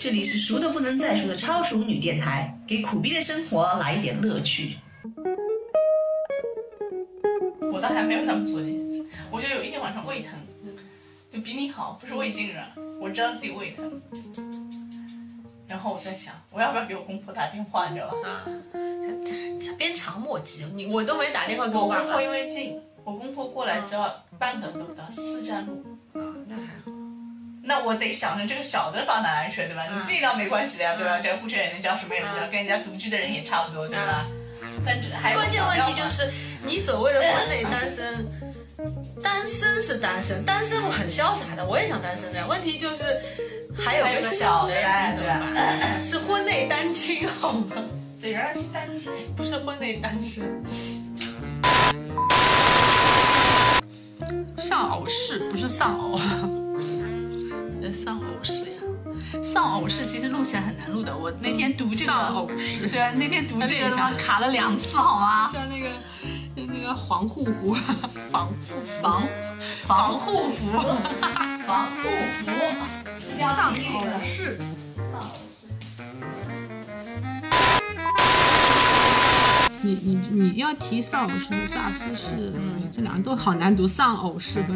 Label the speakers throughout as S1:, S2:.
S1: 这里是熟的不能再熟的超熟女电台，给苦逼的生活来一点乐趣。
S2: 我倒还没有那么做这件事，我就有一天晚上胃疼，就比你好，不是胃痉挛，我知道自己胃疼。然后我在想，我要不要给我公婆打电话，你知道吧？
S3: 啊，鞭长莫及，你我都没打电话给
S2: 我
S3: 我爸
S2: 公婆
S3: 爸。
S2: 因为近，我公婆过来只要半个都不到，四站路。
S3: 啊，那还好。
S2: 那我得想着这个小的帮他安睡，对吧？
S3: 嗯
S2: 你自己倒没关系的呀，对吧？
S3: 嗯
S2: 这个护车也能叫，什么也能叫，
S3: 嗯
S2: 跟人家独居的人也差不多，对吧？但只还有
S3: 关键
S2: 小
S3: 问
S2: 要
S3: 题就
S2: 嘛
S3: 是，你所谓的婚内单身，单身是单身，单身我很潇洒的，我也想单身的。问题就是，还有
S2: 还有
S3: 个
S2: 个
S3: 小
S2: 小的
S3: 的呀，你怎
S2: 对
S3: 么
S2: 吧
S3: 办？是婚内单亲好吗？
S2: 对，原来是单亲。
S3: 不是婚内单身。
S2: 丧偶式不是丧偶， 呃丧偶式呀，丧偶式其实录起来很难录的。我那天读这个，
S4: 丧偶式，
S2: 对啊，那天读这个 他妈
S4: 那个
S2: 卡了两次，好吗？
S4: 像那个像那个防护服，防护
S2: 防
S4: 防护服，
S2: 防护服，丧偶式。
S4: 你你你要提丧偶式和诈尸式，嗯，这两个都好难读，丧偶式和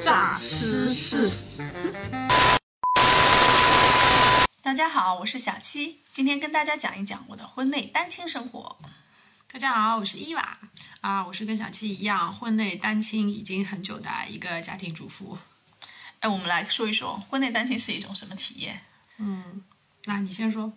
S4: 诈尸式。
S2: 大家好，我是小七，今天跟大家讲一讲我的婚内单亲生活。
S4: 大家好，我是伊娃啊，我是跟小七一样婚内单亲已经很久的一个家庭主妇。
S2: 哎，我们来说一说婚内单亲是一种什么体验。
S4: 嗯，那你先说。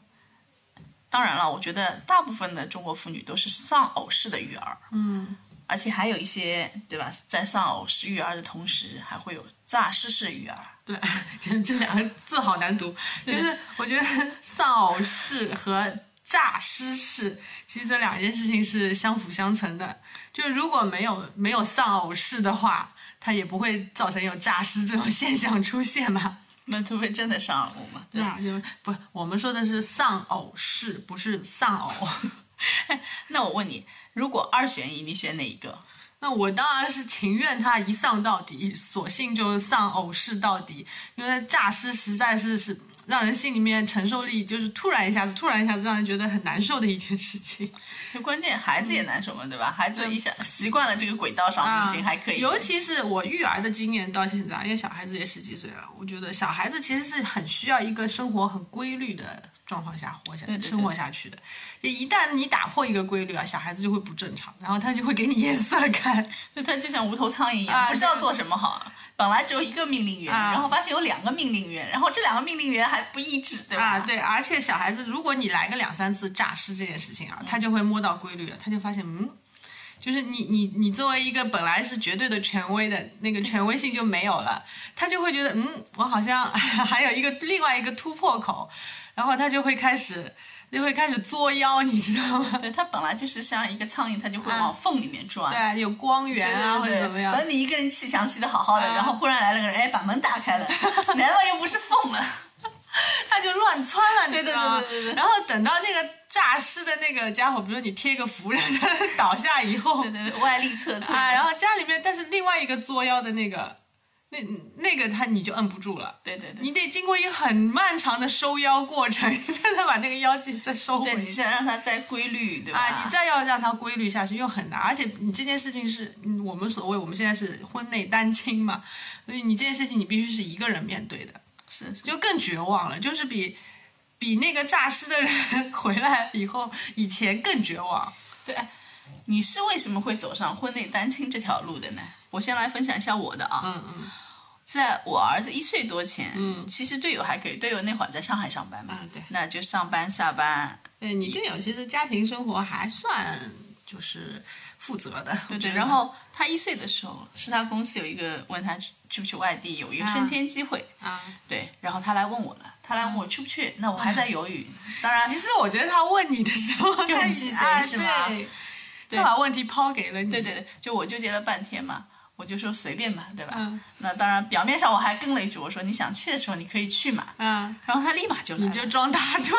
S2: 当然了，我觉得大部分的中国妇女都是丧偶式的育儿，
S4: 嗯，
S2: 而且还有一些，对吧？在丧偶式育儿的同时，还会有诈尸式育儿。
S4: 对， 这这两个字好难读，就是我觉得丧偶式和诈尸式，其实这两件事情是相辅相成的。就是如果没有没有丧偶式的话，它也不会造成有诈尸这种现象出现嘛。
S2: 那除非真的丧偶嘛？对。
S4: 那就不，我们说的是丧偶式，不是丧偶。嗯
S2: 那我问你，如果二选一，你选哪一个？
S4: 那我当然是情愿他一丧到底，索性就丧偶式到底，因为诈尸实在是是让人心里面承受力就是突然一下子，突然一下子让人觉得很难受的一件事情。
S2: 就关键孩子也难受嘛，对吧？孩子一下习惯了这个轨道上运行，还可以。
S4: 啊尤其是我育儿的经验到现在，因为小孩子也十几岁了，我觉得小孩子其实是很需要一个生活很规律的状况下活下
S2: 对对对
S4: 生活下去的。就一旦你打破一个规律啊，小孩子就会不正常，然后他就会给你颜色看。
S2: 就他就像无头苍蝇一样，
S4: 啊
S2: 不知道做什么好。本来只有一个命令源，
S4: 啊
S2: 然后发现有两个命令源，然后这两个命令源还不一致，对吧？
S4: 啊，对，而且小孩子，如果你来个两三次诈尸这件事情
S2: 嗯
S4: 啊，他就会摸到规律了，他就发现，嗯，就是你你你作为一个本来是绝对的权威的那个权威性就没有了，他就会觉得，嗯，我好像还有一个另外一个突破口，然后他就会开始就会开始作妖，你知道吗？
S2: 对，它本来就是像一个苍蝇，它就会往缝里面钻。
S4: 啊对，有光源啊，或
S2: 对
S4: 者
S2: 对
S4: 怎么样
S2: 本来。你一个人砌墙砌的好好的，
S4: 啊
S2: 然后忽然来了个人，哎，把门打开 了，难道又不是缝了？
S4: 他就乱窜了，你
S2: 对
S4: 知
S2: 对
S4: 道吗？
S2: 对对对对
S4: 然后等到那个诈尸的那个家伙，比如说你贴个符让他倒下以啊后，
S2: 对对对，外力侧退。
S4: 啊，然后家里面，但是另外一个作妖的那个，那那个他你就摁不住了，
S2: 对对对，
S4: 你得经过一个很漫长的收妖过程， 你才能把那个妖气再收
S2: 对
S4: 回
S2: 你
S4: 去。
S2: 是要让它再规律，对吧？
S4: 啊，你再要让它规律下去又很难，而且你这件事情是嗯我们所谓我们现在是婚内单亲嘛，所以你这件事情你必须是一个人面对的，
S2: 是是
S4: 就更绝望了，就是比比那个诈尸的人 回来以后以前更绝望。
S2: 对，哎你是为什么会走上婚内单亲这条路的呢？我先来分享一下我的啊，
S4: 嗯嗯
S2: 在我儿子一岁多前，
S4: 嗯
S2: 其实队友还可以，队友那会儿在上海上班嘛，
S4: 啊，对。
S2: 那就上班下班，
S4: 对你队友其实家庭生活还算就是负责的，我
S2: 对
S4: 觉
S2: 对。
S4: 得
S2: 然后他一岁的时候，是他公司有一个问他去去不去外地，有一个升迁机会，
S4: 啊，
S2: 对，然后他来问我了，他来问我去不去，那我还在犹
S4: 啊
S2: 豫，当然
S4: 其。实我觉得他问你的时候
S2: 就很鸡贼
S4: 哎
S2: 是吧
S4: 对
S2: 对
S4: 他把问题抛给了你，
S2: 对对对，就我纠结了半天嘛，我就说随便吧，对吧？
S4: 嗯
S2: 那当然，表面上我还跟了一句，我说你想去的时候你可以去嘛。
S4: 啊，
S2: 然后他立马就来
S4: 你
S2: 了
S4: 就装大度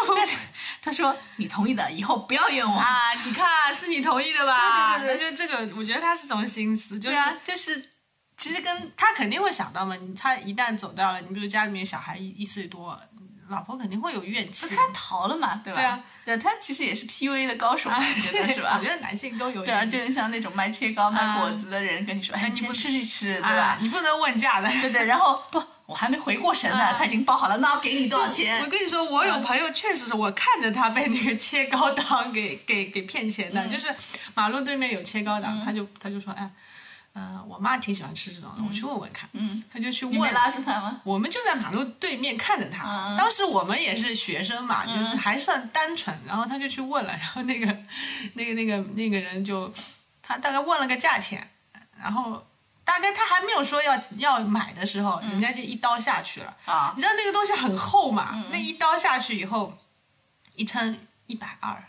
S2: 他说你同意的，以后不要怨我。
S4: 啊，你看是你同意的吧？
S2: 对对
S4: 那就这个，我觉得他是种心思，就
S2: 对
S4: 是
S2: 啊，就是其实跟
S4: 他肯定会想到嘛，你他一旦走到了，你比如家里面小孩一一岁多，老婆肯定会有怨气。
S2: 他逃了嘛，对吧？
S4: 对啊，
S2: 对，他其实也是 PUA 的高手嘛，你觉得是吧
S4: 我觉？得男性都有一
S2: 对啊，
S4: 点。
S2: 就是像那种卖切糕、卖果子的人跟你说，哎，
S4: 你
S2: 你
S4: 不
S2: 不吃去吃，对
S4: 啊
S2: 吧？
S4: 你不能问价的。
S2: 对对，然后不，我还没回过神呢，他已经包好了，那我给你多少钱
S4: 我？跟你说，我
S2: 嗯
S4: 有朋友确实是我看着他被那个切糕党给给给骗钱
S2: 嗯
S4: 的，就是马路对面有切糕党，他就他就说，哎，呃，我妈挺喜欢吃这种的，我去问问看。
S2: 嗯，
S4: 他就去
S2: 你没
S4: 问，
S2: 拉住他吗？
S4: 我们就在马路对面看着他。
S2: 嗯
S4: 当时我们也是学生嘛，
S2: 嗯
S4: 就是还算单纯，然后他就去问了，然后那个那个那个那个人就他大概问了个价钱，然后。大概他还没有说要要买的时候，
S2: 嗯
S4: 人家就一刀下去了。
S2: 啊
S4: 你，知道那个东西很厚嘛？
S2: 嗯
S4: 那一刀下去以后，一称一百二，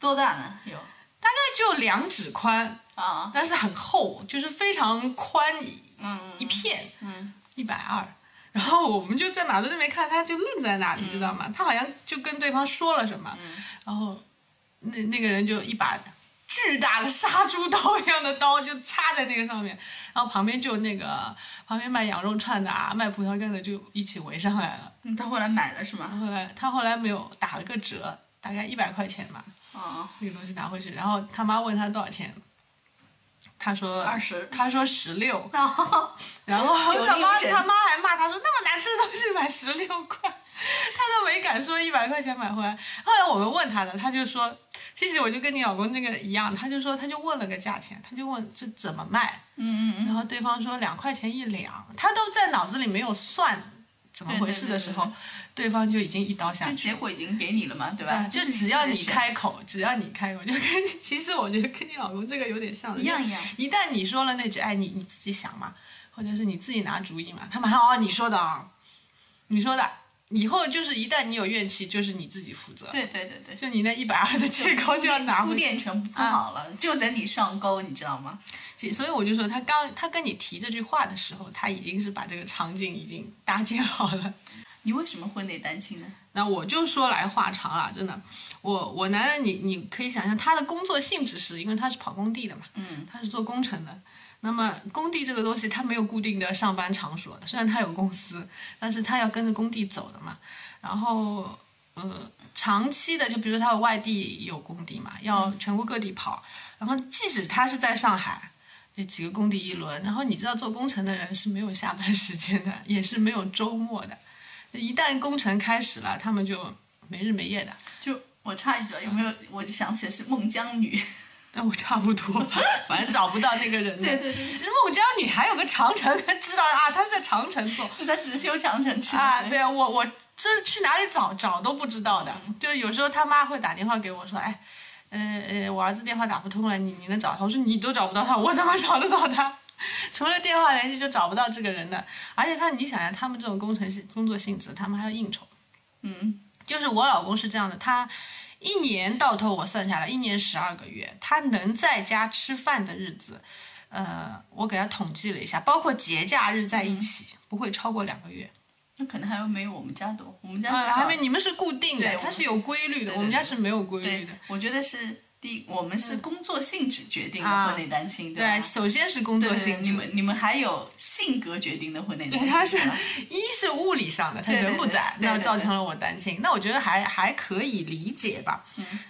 S2: 多大呢？有
S4: 大概就两指宽，
S2: 啊，
S4: 但是很厚，就是非常宽一
S2: 嗯
S4: 一片，
S2: 嗯，
S4: 一百二。然后我们就在马路那边看，他就愣在那里，
S2: 嗯
S4: 知道吗？他好像就跟对方说了什么，然后那那个人就一把巨大的杀猪刀一样的刀就插在那个上面，然后旁边就那个旁边卖羊肉串的啊，卖葡萄干的就一起围上来了。
S2: 嗯他后来买了是吗？
S4: 后来他后来没有打了个折，大概一百块钱吧，
S2: 啊，
S4: 那个东西拿回去。然后他妈问他多少钱，他说
S2: 20
S4: 他说十六。
S2: 那
S4: 然后
S2: 有
S4: 他妈
S2: 利润
S4: 他妈还骂他说那么难吃的东西买十六块， 他都没敢说一百块钱买回来。后来我们问他的，他就说，其实我就跟你老公那个一样，他就说他就问了个价钱，他就问这怎么卖，
S2: 嗯嗯
S4: 然后对方说两块钱一两，他都在脑子里没有算怎么回事的时候，
S2: 对
S4: 对方就已经一刀下
S2: 嗯，这
S4: 去。
S2: 结果已经给你了嘛，对吧？
S4: 对，啊就
S2: 这是
S4: 只要
S2: 自
S4: 你
S2: 己的选
S4: 开口，只要你开口，就跟你其实我觉得跟你老公这个有点像的，
S2: 一样一样。
S4: 一旦你说了那句“哎，你你自己想嘛”，或者是你自己拿主意嘛，他马上哦，你说的啊，你说的，以后就是一旦你有怨气，就是你自己负责，
S2: 对对对对，
S4: 就你那一百二的切糕就要拿
S2: 铺
S4: 回去。啊
S2: 垫全部铺好了，就等你上钩，你知道吗？
S4: 所以我就说，他刚他跟你提这句话的时候，他已经是把这个场景已经搭建好了。
S2: 你为什么婚内单亲呢？
S4: 那我就说来话长了，真的，我我男人你你可以想象他的工作性质是，因为他是跑工地的嘛，
S2: 嗯，
S4: 他是做工程的。那么工地这个东西，他没有固定的上班场所，虽然他有公司，但是他要跟着工地走的嘛。然后，呃，长期的，就比如说他有外地有工地嘛，要全国各地跑。然后，即使他是在上海，这几个工地一轮，然后你知道做工程的人是没有下班时间的，也是没有周末的。一旦工程开始了，他们就没日没夜的。
S2: 就我插一句啊，有没有？
S4: 嗯
S2: 我就想起来是孟 姜女，
S4: 但我差不多吧，反正找不到那个人的。
S2: 对对对
S4: 孟姜女还有个长城，知道啊，她是在长城做。
S2: 她只修长城去的
S4: 啊，对啊，我我就是去哪里找找都不知道的，就是有时候他妈会打电话给我说，哎，呃呃，我儿子电话打不通了，你你能找他？我说你都找不到他，我怎么找得到他？ 除了电话联系就找不到这个人的，而且他，你想想，他们这种工程性工作性质，他们还要应酬。
S2: 嗯，
S4: 就是我老公是这样的，他一年到头我算下来，一年十二个月，他能在家吃饭的日子，呃，我给他统计了一下，包括节假日在一起，不会超过两个月。
S2: 那可能还没有我们家多，我们家
S4: 呃，
S2: 至少
S4: 还没，你们是固定
S2: 对
S4: 的，
S2: 我们
S4: 它是有规律的，
S2: 对对
S4: 我们家是没有规律
S2: 对
S4: 的。，嗯
S2: 我觉得是第，我们是工作性质决定
S4: 啊
S2: 的婚内单亲，吧？
S4: 对，首先是工
S2: 对
S4: 作
S2: 对
S4: 性
S2: 对，你
S4: 质，
S2: 们你们还有性格决定的婚内单
S4: 对，
S2: 亲，
S4: 它是
S2: 吧
S4: 一是物理上的，他
S2: 对对
S4: 人不
S2: 对
S4: 在，
S2: 对对
S4: 那
S2: 对
S4: 造成了我单亲。那我觉得还还可以理解吧，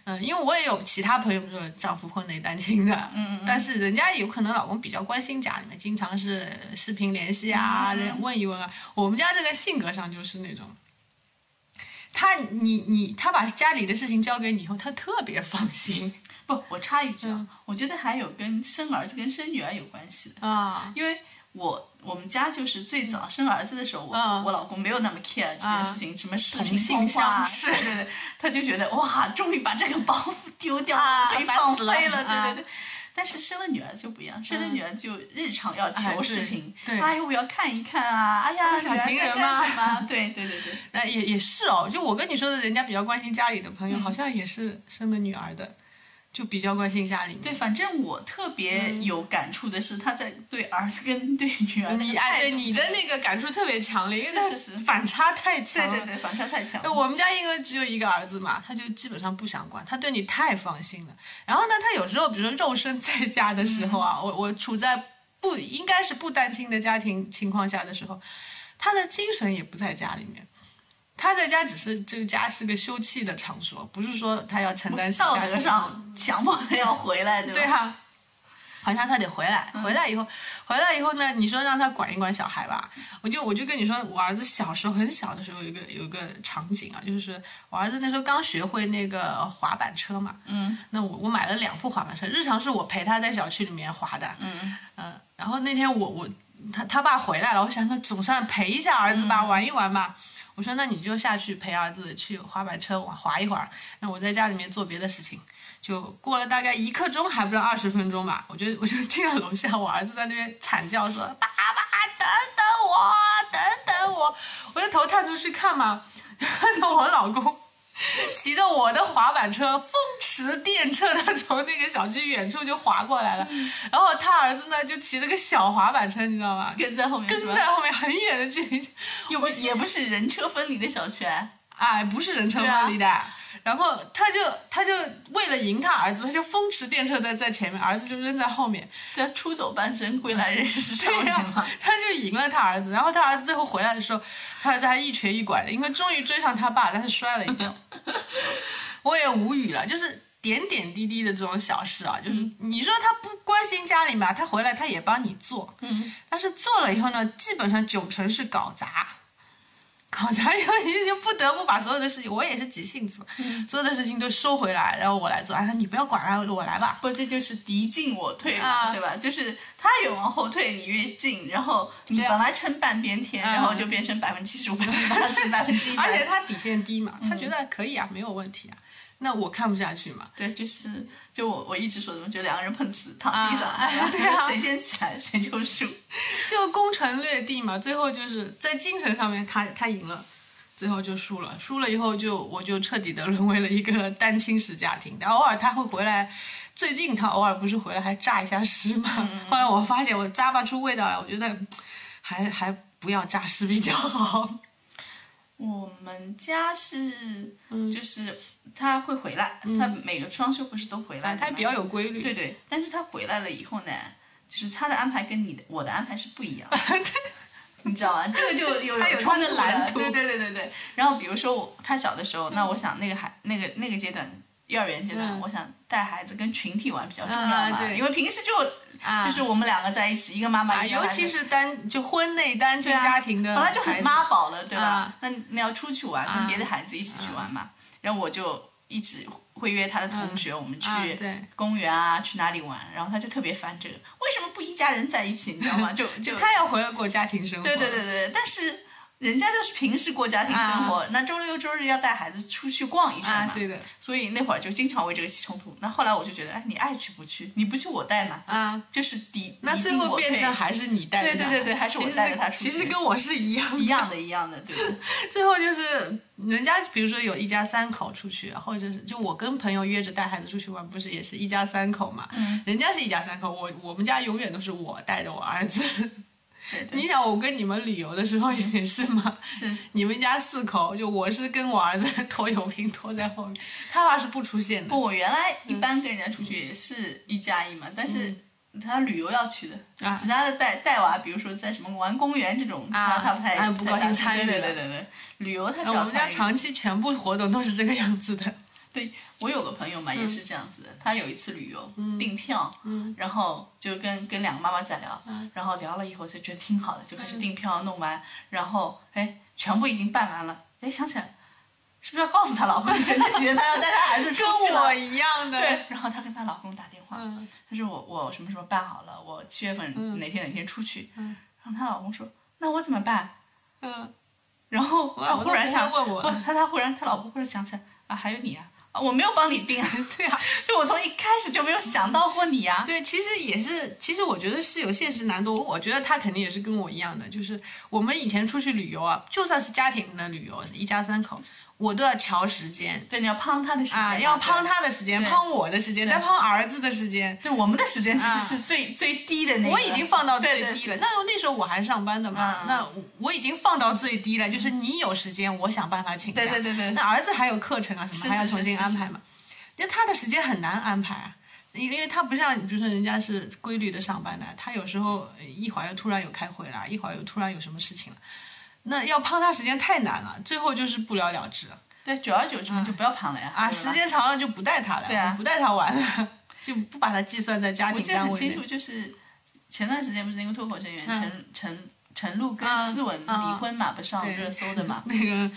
S4: 嗯因为我也有其他朋友说丈夫婚内单亲的，
S2: 嗯嗯嗯
S4: 但是人家有可能老公比较关心家里面，经常是视频联系啊，
S2: 嗯嗯嗯
S4: 问一问啊。我们家这个性格上就是那种。他你你他把家里的事情交给你以后，他特别放心
S2: 不，我插一句啊，
S4: 嗯
S2: 我觉得还有跟生儿子跟生女儿有关系的，
S4: 啊，
S2: 因为我我们家就是最早生儿子的时候，我、
S4: 嗯啊
S2: 我老公没有那么 care 这件事情，什么视频
S4: 同性
S2: 通话啊
S4: 相斥
S2: 对对对，他就觉得哇，终于把这个包袱丢掉了，
S4: 啊
S2: 可以
S4: 烦
S2: 放
S4: 死
S2: 飞
S4: 了
S2: 了，对
S4: 啊
S2: 对对。但是生了女儿就不一样，生了女儿就日常要
S4: 哎
S2: 求
S4: 对
S2: 视频，
S4: 对
S2: 哎呦我要看一看啊，哎呀，
S4: 是小
S2: 女儿
S4: 情
S2: 在
S4: 人
S2: 干
S4: 吗
S2: 什么？啊对对对对，
S4: 那也也是哦，就我跟你说的，人家比较关心家里的朋友，
S2: 嗯
S4: 好像也是生了女儿的，就比较关心家里面。
S2: 对，反正我特
S4: 嗯
S2: 别有感触的是，他在对儿子跟对女儿的
S4: 你哎，
S2: 爱，
S4: 对你的那个感触特别强烈，因为它
S2: 是是是
S4: 反差太强
S2: 对
S4: 了。
S2: 对对，反差太强
S4: 那
S2: 了。
S4: 我们家因为只有一个儿子嘛，他就基本上不想管，他对你太放心了。然后呢，他有时候比如说肉身在家的时候啊，
S2: 嗯
S4: 我我处在不应该是不单亲的家庭情况下的时候，他的精神也不在家里面。他在家只是这个家是个休憩的场所，不是说他要承担起
S2: 道
S4: 家
S2: 德
S4: 庭。
S2: 上强迫他要回来，对吧？
S4: 对啊，嗯好像他得回来，回来以后，回来以后呢，你说让他管一管小孩吧，我就我就跟你说，我儿子小时候很小的时候有一个有一个场景啊，就是我儿子那时候刚学会那个滑板车嘛，嗯，那我我买了两部滑板车，日常是我陪他在小区里面滑的，嗯然后那天我我他他爸回来了，我想那总算陪一下儿子吧，玩一玩吧。我说那你就下去陪儿子去滑板车玩滑一会儿，那我在家里面做别的事情。就过了大概一刻钟，还不到二十分钟吧，我就我就听到楼下我儿子在那边惨叫说：“爸爸，等等我，等等我！”我就头探出去看嘛，就看到我老公骑着我的滑板车，风驰电掣的从那个小区远处就滑过来了。然后他儿子呢，就骑着个小滑板车，你知道吗？
S2: 跟在后面是吧，
S4: 跟在后面很远的距离，
S2: 又不也不是人车分离的小区，
S4: 哎，不是人车分离的。然后他就他就为了赢他儿子，他就风驰电掣的在前面，儿子就扔在后面，
S2: 跟啊出走半生归来人是少
S4: 对啊
S2: 年
S4: 呀、
S2: 嘛。
S4: 他就赢了他儿子。然后他儿子最后回来的时候，他儿子还一瘸一拐的，因为终于追上他爸，但是摔了一 跤。我也无语了，就是点点滴滴的这种小事啊，就是你说他不关心家里嘛，他回来他也帮你做，嗯，但是做了以后呢，基本上九成是搞砸。搞砸以后，你就不得不把所有的事情，我也是急性子嘛，所有的事情都收回来，然后我来做。啊，你不要管了，我来吧。
S2: 不，这就是敌进我退嘛，
S4: 啊
S2: 对吧？就是他越往后退，你越近，然后你
S4: 对啊
S2: 本来撑半边天，
S4: 嗯
S2: 然后就变成百分之七十五，他是百分之一百，
S4: 而且他底线低嘛，
S2: 嗯
S4: 他觉得可以啊，没有问题啊。那我看不下去嘛，
S2: 对，就是就我我一直说的嘛，就两个人碰瓷躺地上，
S4: 啊
S2: 然后
S4: 对啊
S2: 谁先起来谁就输。
S4: 就攻城略地嘛，最后就是在精神上面他他赢了，最后就输了，输了以后就我就彻底的沦为了一个单亲式家庭。但偶尔他会回来，最近他偶尔不是回来还炸一下尸嘛，
S2: 嗯
S4: 后来我发现我炸不出味道来，我觉得嗯还还不要诈尸比较 好。
S2: 我们家是，
S4: 嗯
S2: 就是他会回来，他每个双休不是都回来
S4: 嗯
S2: 的吗，
S4: 他比较有规律，
S2: 对对，但是他回来了以后呢，就是他的安排跟你的我的安排是不一样的 你知道吗？这个就有
S4: 他有他的
S2: 冲突
S4: 蓝
S2: 了
S4: 图
S2: 对对对对对。然后比如说我他小的时候，那我想那个孩那个那个阶段，幼儿园阶段，
S4: 嗯
S2: 我想带孩子跟群体玩比较重要
S4: 啊
S2: 嘛，
S4: 对
S2: 因为平时就
S4: 啊，
S2: 就是我们两个在一起，一个妈妈，
S4: 啊，
S2: 一个
S4: 尤
S2: 孩子
S4: 其是单就婚内单亲
S2: 对啊
S4: 家庭的、
S2: 本来就很妈，宝了，对吧？
S4: 啊
S2: 那你要出去玩，
S4: 啊
S2: 跟别的孩子一起去玩嘛。然后我就一直会约他的同学，我们去
S4: 啊对
S2: 公园啊，去哪里玩。然后他就特别烦这个，为什么不一家人在一起？你知 道吗？就就
S4: 他要回来过家庭生活，
S2: 对对对对，但是。人家就是平时过家庭生活，那周六周日要带孩子出去逛一圈嘛，
S4: 啊，对的
S2: 所以那会儿就经常为这个起冲突。那后来我就觉得，哎，你爱去不去，你不去我带嘛，
S4: 啊。
S2: 就是抵
S4: 那最后变成还是你带着
S2: 对
S4: 他，
S2: 对对对还是我
S4: 其实
S2: 带着他出去
S4: 其实跟我是一样的
S2: 一。样的，一样的，对不对？
S4: 最后就是人家比如说有一家三口出去，或者是就我跟朋友约着带孩子出去玩，不是也是一家三口嘛？嗯，人家是一家三口，我我们家永远都是我带着我儿子。
S2: 对对嗯
S4: 你想我跟你们旅游的时候也是吗？
S2: 是
S4: 你们家四口，就我是跟我儿子 拖油瓶拖在后面，他爸是不出现的
S2: 不，我原来一般跟人家出去也是一加一嘛，但是他旅游要去的，
S4: 嗯啊
S2: 其他的带带娃，比如他比如说在什么玩公园这种，
S4: 啊
S2: 他他不太、
S4: 哎不高兴
S2: 太想
S4: 参与
S2: 对
S4: 了
S2: 对对对对，旅游他是
S4: 我
S2: 要
S4: 们家
S2: 参与的。
S4: 长期全部活动都是这个样子的。
S2: 对我有个朋友嘛，
S4: 嗯
S2: 也是这样子的，他有一次旅游、订票，然后就跟跟两个妈妈在聊，
S4: 嗯
S2: 然后聊了以后就觉得挺好的，就开始订票弄完，然后哎全部已经办完了，哎想起来。是不是要告诉她老公前段时间她要带她孩子出去
S4: 跟
S2: 了
S4: 我？一样的。
S2: 对，然后她跟她老公打电话，
S4: 嗯，
S2: 她说我我什么什么办好了，我七月份哪天哪天出去。
S4: 嗯
S2: 然后她老公说那我怎么办？
S4: 嗯
S2: 然后
S4: 我
S2: 她忽然想啊
S4: 我老公会问我
S2: 不她她忽然她老公忽然想起来啊，还有你啊，啊我没有帮你订啊，
S4: 对啊，嗯
S2: 就我从一开始就没有想到过你啊。
S4: 对，其实也是，其实我觉得是有现实难度。我觉得他肯定也是跟我一样的，就是我们以前出去旅游啊，就算是家庭的旅游，一家三口，我都要调时间
S2: 对，你要帮她的时间
S4: 啊，
S2: 嘛
S4: 要帮。
S2: 对
S4: 他的时间，
S2: 对
S4: 帮我的时间，再帮儿子的时间。
S2: 对，我们的时间其
S4: 啊
S2: 实是最最低的那个。
S4: 我已经放到最
S2: 对对
S4: 低了，那那时候我还上班的嘛，
S2: 嗯
S4: 那我我已经放到最低了，就是你有时间，我想办法请假。
S2: 对对对对
S4: 那儿子还有课程啊什么，
S2: 是
S4: 还要
S2: 是
S4: 重新
S2: 是
S4: 安排嘛。那他的时间很难安排啊，因因为他不像比如说人家是规律的上班的，他有时候呃一会儿又突然有开会啦，一会儿又突然有什么事情了。那要胖他时间太难了，最后就是不了了之
S2: 对，久而久之嘛，就不要胖了呀。
S4: 啊。
S2: 对吧
S4: 时间长了就不带他了，
S2: 对啊
S4: 不带他玩了，就不把他计算在家
S2: 我
S4: 庭
S2: 记得
S4: 单
S2: 很
S4: 位
S2: 清
S4: 内
S2: 楚，。就是前段时间不是那个脱口秀演员
S4: 嗯
S2: 陈陈陈露跟
S4: 啊
S2: 思文
S4: 啊
S2: 离婚嘛，不上
S4: 对
S2: 热搜的嘛，
S4: 那个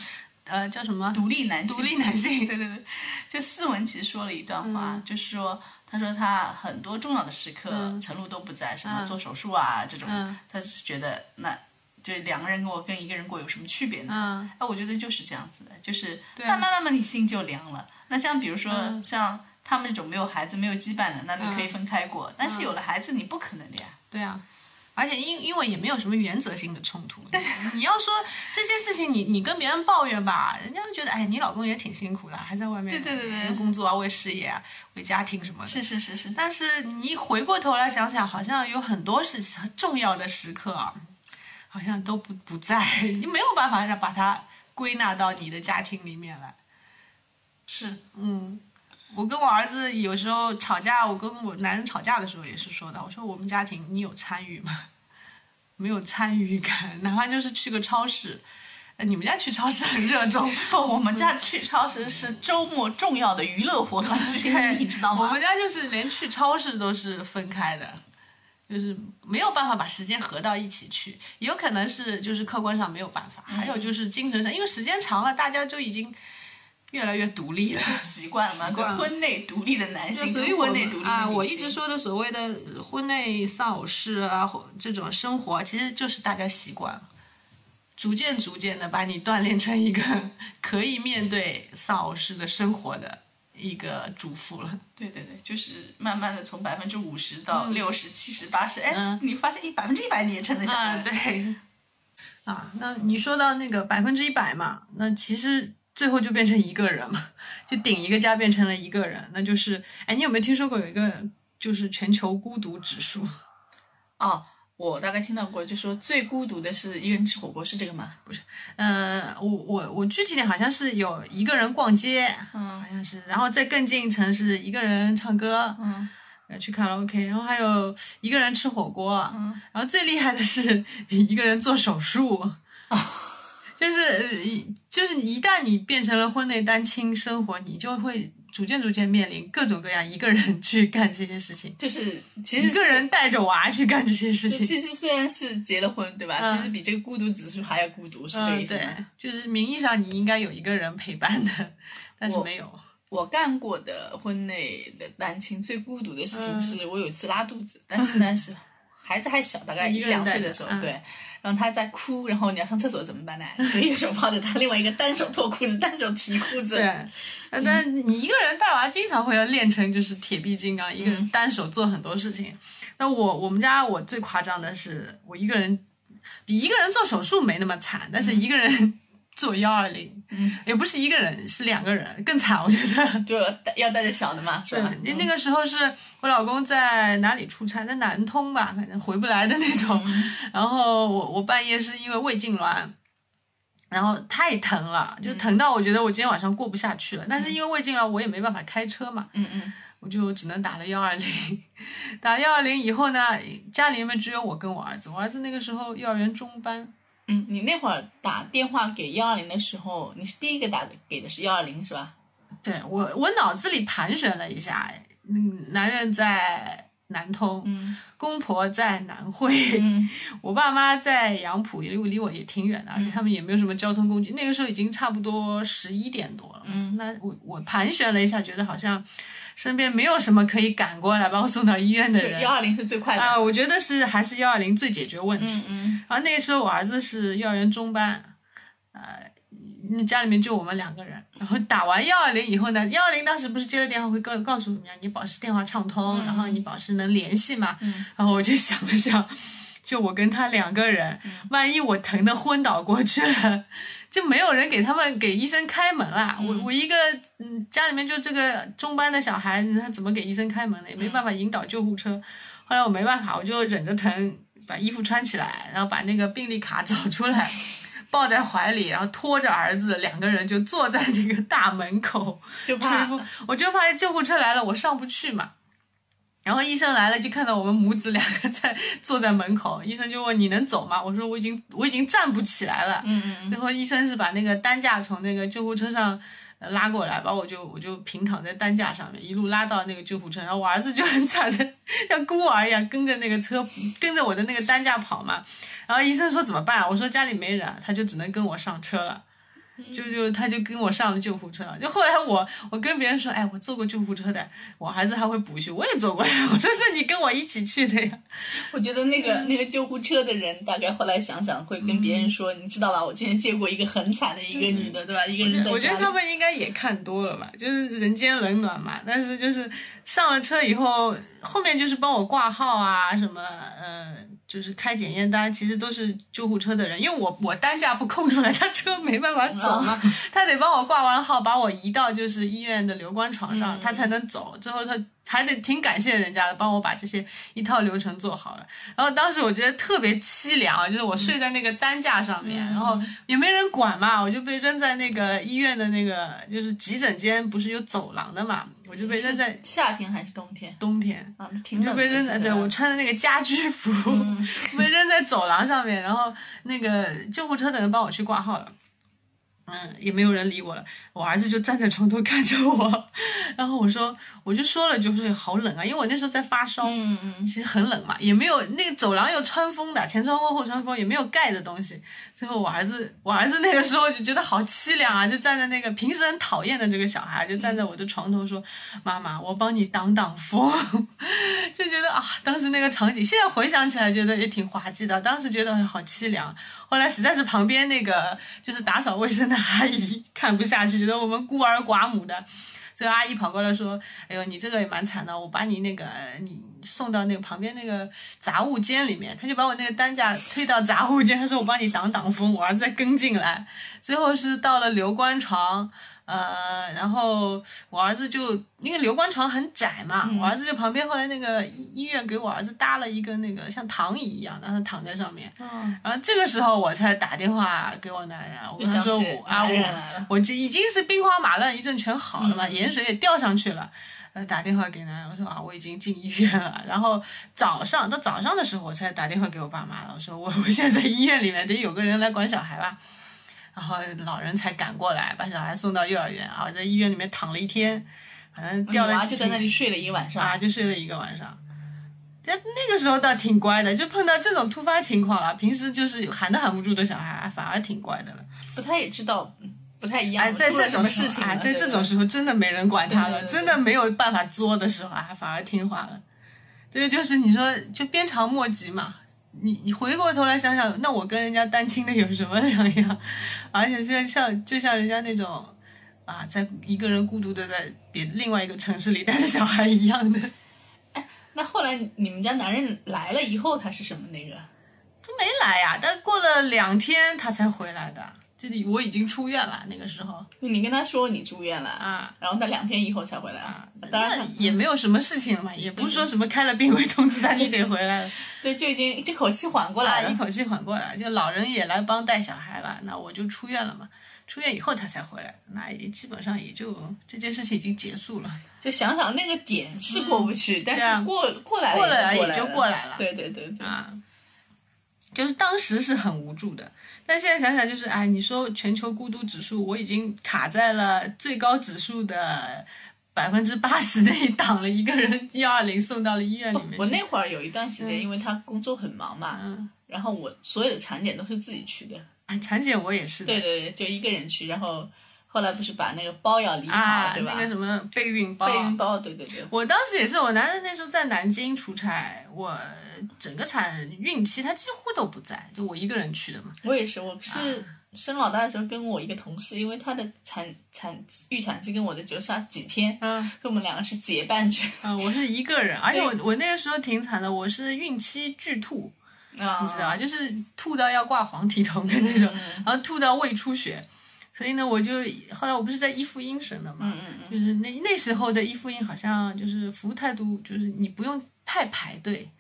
S4: 呃叫什么
S2: 独立男性
S4: 独立男性， 嗯
S2: 对对对，就思文其实说了一段话，就是说，他说他很多重要的时刻，陈露都不在，什么
S4: 嗯
S2: 做手术啊、这种，
S4: 嗯
S2: 他是觉得那就是两个人跟我跟一个人过有什么区别呢？
S4: 嗯
S2: 哎、我觉得就是这样子的，就是
S4: 对啊嗯
S2: 慢慢慢慢你心就凉了。那像比如说、像他们这种没有孩子没有羁绊的，那你可以分开过，但
S4: 嗯
S2: 是有了孩子你不可能的呀。
S4: 对啊，而且因因为也没有什么原则性的冲突。对， 你要说这些事情你，你跟别人抱怨吧，人家会觉得哎，你老公也挺辛苦了，还在外面
S2: 对对对对
S4: 工作啊，为事业啊，为家庭什么的。
S2: 是是是是，
S4: 但是你一回过头来想想，好像有很多事情重要的时刻啊，好像都不不在， 你没有办法把它归纳到你的家庭里面来。
S2: 是
S4: 嗯，我跟我儿子有时候吵架，我跟我男人吵架的时候也是说的，我说我们家庭你有参与吗？ 没有参与感，哪怕就是去个超市，呃你们家去超市很热 衷，
S2: 我们家
S4: 嗯
S2: 去超市是周末重要的娱乐活动之一，你知道
S4: 我
S2: 吗？
S4: 们家就是连去超市都是分开的，就是没有办法把时间合到一起去，有可能是就是客观上没有办法，还
S2: 嗯
S4: 有就是精神上，因为时间长了，大家就已经越来越独立了。
S2: 习惯了嘛，
S4: 惯了
S2: 对婚内独立的男性，
S4: 所以
S2: 跟
S4: 我
S2: 哎婚内独立的
S4: 啊，
S2: 女
S4: 我
S2: 性
S4: 一直说的所谓的婚内丧偶式啊，或这种生活，其实就是大家习惯了，逐渐逐渐的把你锻炼成一个 可以面对丧偶式的生活的一个主妇 了。
S2: 对对对，就是慢慢的从百分之五十到六十、七十、八十，哎
S4: 嗯，
S2: 你发现一百分之一百你也撑得下来，
S4: 嗯， 对。啊，那你说到那个百分之一百嘛，那其实最后就变成一个人嘛，就顶一个家变成了一个人，那就是，哎，你有没有听说过有一个就是全球孤独指数？
S2: 哦。我大概听到过，就说最孤独的是一个人吃火锅，是这个吗？不是，
S4: 呃，我我我具体点好像是有一个人逛街，
S2: 嗯
S4: 好像是，然后再更进一层是一个人唱歌，
S2: 嗯，
S4: 呃，去卡拉 OK，然后还有一个人吃火锅，
S2: 嗯，
S4: 然后最厉害的是一个人做手术，
S2: 哦
S4: 就是呃一就是一旦你变成了婚内单亲生活，你就会逐渐逐渐面临各种各样一个人去干这些事情，
S2: 就是其实
S4: 一个人带着娃去干这些事
S2: 是，就
S4: 情，
S2: 其实虽然是结了婚，对吧？
S4: 嗯
S2: 其实比这个孤独指数还要孤独，是这个
S4: 嗯，
S2: 意思吗？
S4: 对，就是名义上你应该有一个人陪伴的，但是
S2: 我
S4: 没有。
S2: 我干过的婚内的单亲最孤独的事情
S4: 嗯
S2: 是，我有一次拉肚子，但 是呢是孩子还小，大概
S4: 一
S2: 一
S4: 个人
S2: 两岁
S4: 带
S2: 的
S4: 着
S2: 时候，
S4: 嗯
S2: 对，然后他在哭，然后你要上厕所怎么办呢？就一个手抱着他，另外一个单手脱裤子，单手提裤子，
S4: 对，呃但你一个人带娃，经常会要练成就是铁臂金刚，一个人单手做很多事情。那我我们家我最夸张的是，我一个人比一个人做手术没那么惨，但是一个人 做幺二零，也不是一个人，是两个人更惨，我觉得。
S2: 就带要带着小的嘛，是吧？
S4: 对，那那个时候是我老公在哪里出差，在南通吧，反正回不来的那种。 然后我我半夜是因为胃痉挛，然后太疼了，就疼到我觉得我今天晚上过不下去了。但是因为胃痉挛，我也没办法开车嘛，
S2: 嗯嗯，
S4: 我就只能打了幺二零。 打幺二零以后呢，家里面只有我跟我儿子，我儿子那个时候幼儿园中班，
S2: 嗯，你那会儿打电话给幺二零的时候，你是第一个打的给的是幺二零是吧？
S4: 对我我脑子里盘旋了一下，嗯，男人在南通，
S2: 嗯
S4: 公婆在南汇。
S2: 嗯
S4: 我爸妈在杨浦，离我离我也挺远的，而且
S2: 嗯
S4: 他们也没有什么交通工具。那个时候已经差不多十一点多了，
S2: 嗯
S4: 那我我盘旋了一下，觉得好像身边没有什么可以赶过来把我送到医院的
S2: 对，
S4: 人
S2: 幺。二零是最快的。
S4: 啊，我觉得是还是幺二零最解决问题
S2: 嗯。嗯
S4: 然后那个时候我儿子是幼儿园中班，呃，嗯家里面就我们两个人。然后打完幺二零以后呢，幺二零当时不是接了电话会告告诉你们你保持电话畅通，然后你保持能联系嘛。
S2: 嗯
S4: 然后我就想了想，就我跟他两个人，万一我疼的昏倒过去了，就没有人给他们给医生开门啦。我我一个嗯家里面就这个中班的小孩，他怎么给医生开门呢？也没办法引导救护车。后来我没办法，我就忍着疼把衣服穿起来，然后把那个病历卡找出来。抱在怀里，然后拖着儿子，两个人就坐在那个大门口，
S2: 就
S4: 吹
S2: 怕
S4: 风。我就怕救护车来了，我上不去嘛。然后医生来了，就看到我们母子两个在坐在门口。医生就问：“你能走吗？”我说：“我已经我已经站不起来了。”
S2: 嗯嗯
S4: 最后医生是把那个担架从那个救护车上呃拉过来，把我就我就平躺在担架上面，一路拉到那个救护车。然后我儿子就很惨的， 像孤儿一样跟着那个车，跟着我的那个担架跑嘛。然后医生说怎么办、我说家里没人啊，他就只能跟我上车了。
S2: 嗯
S4: 就就他就跟我上了救护车了，就后来我我跟别人说，哎，我坐过救护车的，我儿子还会补一句，我也坐过 呀，我说是你跟我一起去的呀，
S2: 我觉得那
S4: 嗯
S2: 个那个救护车的人，大概后来想想会跟别人说，你知道吧？我今天见过一个很惨的一个女的，对吧？一个人在
S4: 我觉得
S2: 家
S4: 他
S2: 里
S4: 们应该也看多了吧，就是人间冷暖嘛。但是就是上了车以后，后面就是帮我挂号啊，什么呃，就是开检验单，其实都是救护车的人，因为我我担架不空出来，他 车没办法走嘛，他得帮我挂完号，把我移到就是医院的留观床上，他才能走。最后他还得挺感谢人家的，帮我把这些一套流程做好了。然后当时我觉得特别凄凉，就是我睡在那个担架上面，然后也没人管嘛，我就被扔在那个医院的那个就是急诊间，不是有走廊的嘛，我就被扔在
S2: 夏天还是冬天
S4: 冬天。
S2: 啊，挺
S4: 就
S2: 冷的。啊
S4: 被扔在
S2: 现
S4: 对我穿的那个家居服，
S2: 嗯
S4: 被扔在走廊上面，然后那个救护车的人帮我去挂号了。嗯，也没有人理我了。我儿子就站在床头看着我，然后我说，我就说了，就是好冷啊，因为我那时候在发烧，
S2: 嗯嗯，
S4: 其实很冷嘛，也没有那个走廊有穿风的，前穿风后穿风，也没有盖的东西。最后我儿子，我儿子那个时候就觉得好凄凉啊，就站在那个平时很讨厌的这个小孩，就
S2: 嗯
S4: 站在我的床头说：“妈妈，我帮你挡挡风。” 就觉得啊，当时那个场景，现在回想起来觉得也挺滑稽的，当时觉得哎好凄凉。后来实在是旁边那个就是打扫卫生的阿姨看不下去，觉得我们孤儿寡母的，这个阿姨跑过来说：“哎呦，你这个也蛮惨的，我把你那个你送到那个旁边那个杂物间里面。”她就把我那个担架推到杂物间，她说：“我帮你挡挡风。”我儿子再跟进来，最后是到了留观床，呃，然后我儿子就因为留观床很窄嘛，我儿子就旁边后来那个医医院给我儿子搭了一个那个像躺椅一样，让他躺在上
S2: 哦
S4: 面。然后这个时候我才打电话给我男人，我跟他
S2: 想
S4: 说
S2: 起
S4: 我啊
S2: 男人
S4: 我
S2: 来了嗯
S4: 我这已经是兵荒马乱一阵全好了嘛，盐水也掉上去了。呃，打电话给男人，我说啊，我已经进医院了。然后早上到早上的时候，我才打电话给我爸妈了。我说我我现在在医院里面，得有个人来管小孩吧。然后老人才赶过来，把小孩送到幼儿园啊，我在医院里面躺了一天，反正掉了
S2: 娃
S4: 几
S2: 就在那
S4: 瓶
S2: 里睡了一晚上。
S4: 啊，就睡了一个晚上。这那个时候倒挺乖的，就碰到这种突发情况了。平时就是喊都喊不住的小孩，反而挺乖的了。
S2: 不太知道，不太一样。
S4: 哎，在
S2: 出了
S4: 这
S2: 什
S4: 种
S2: 么
S4: 时
S2: 事
S4: 候
S2: 情
S4: 啊，
S2: 了
S4: 在
S2: 对
S4: 这
S2: 吧
S4: 种时候真的没人管他了，
S2: 对对对对
S4: 真的没有办法作的时候啊，反而听话了。这个就是你说就鞭长莫及嘛。你你回过头来想想，那我跟人家单亲的有什么两样？ 而且就像就像人家那种啊，在一个人孤独的在别另外一个城市里带着小孩一样的，就
S2: 那后来你们家男人来了以后，他是什么那个？
S4: 没来呀、但过了两天他才回来的，就是我已经出院了那个时候
S2: 你跟他说你住院了
S4: 啊，
S2: 然后他两天以后才回来。当然
S4: 那
S2: 他嗯
S4: 也没有什么事情了嘛，也不是说什么开了病危通知他你得回 来了，
S2: 对，就已经这口气缓过来
S4: 啊，
S2: 了
S4: 一。口气缓过来，就老人也来帮带小孩了，那我就出院了嘛，出院以后他才回来，那也基本上也就这件事情已经结束了，
S2: 就想想那个点是过不去，但
S4: 对啊
S2: 是过过来
S4: 过来
S2: 了
S4: 也就过
S2: 过
S4: 来了
S2: 对对对对，
S4: 啊，就是当时是很无助的，但现在想想就是，哎，你说全球孤独指数，我已经卡在了最高指数的。百分之八十那一档了，一个人幺二零送到了医院里面去。
S2: 我那会儿有一段时间，因为他工作很忙嘛，
S4: 嗯
S2: 然后我所有的产检都是自己去的，
S4: 啊，产检我也是的。
S2: 对对对，就一个人去，然后后来不是把那个包要理好，
S4: 啊，
S2: 对吧？
S4: 那个什么备孕包。
S2: 备孕包，对对对，
S4: 我当时也是，我男人那时候在南京出差，我整个产孕期他几乎都不在，就我一个人去的嘛。
S2: 我也是，我是
S4: 啊
S2: 生老大的时候跟我一个同事，因为他的产产预产期跟我的只有差几天，
S4: 嗯
S2: 所以我们两个是结伴去
S4: 嗯，我是一个人，而且我
S2: 对
S4: 我那个时候挺惨的，我是孕期剧吐，
S2: 啊，嗯
S4: 你知道吧？就是吐到要挂黄体酮的那种，然后吐到胃出血。所以呢，我就后来我不是在一附英省的嘛，
S2: 嗯
S4: 就是那那时候的一附英好像就是服务态度，就是你不用太排队，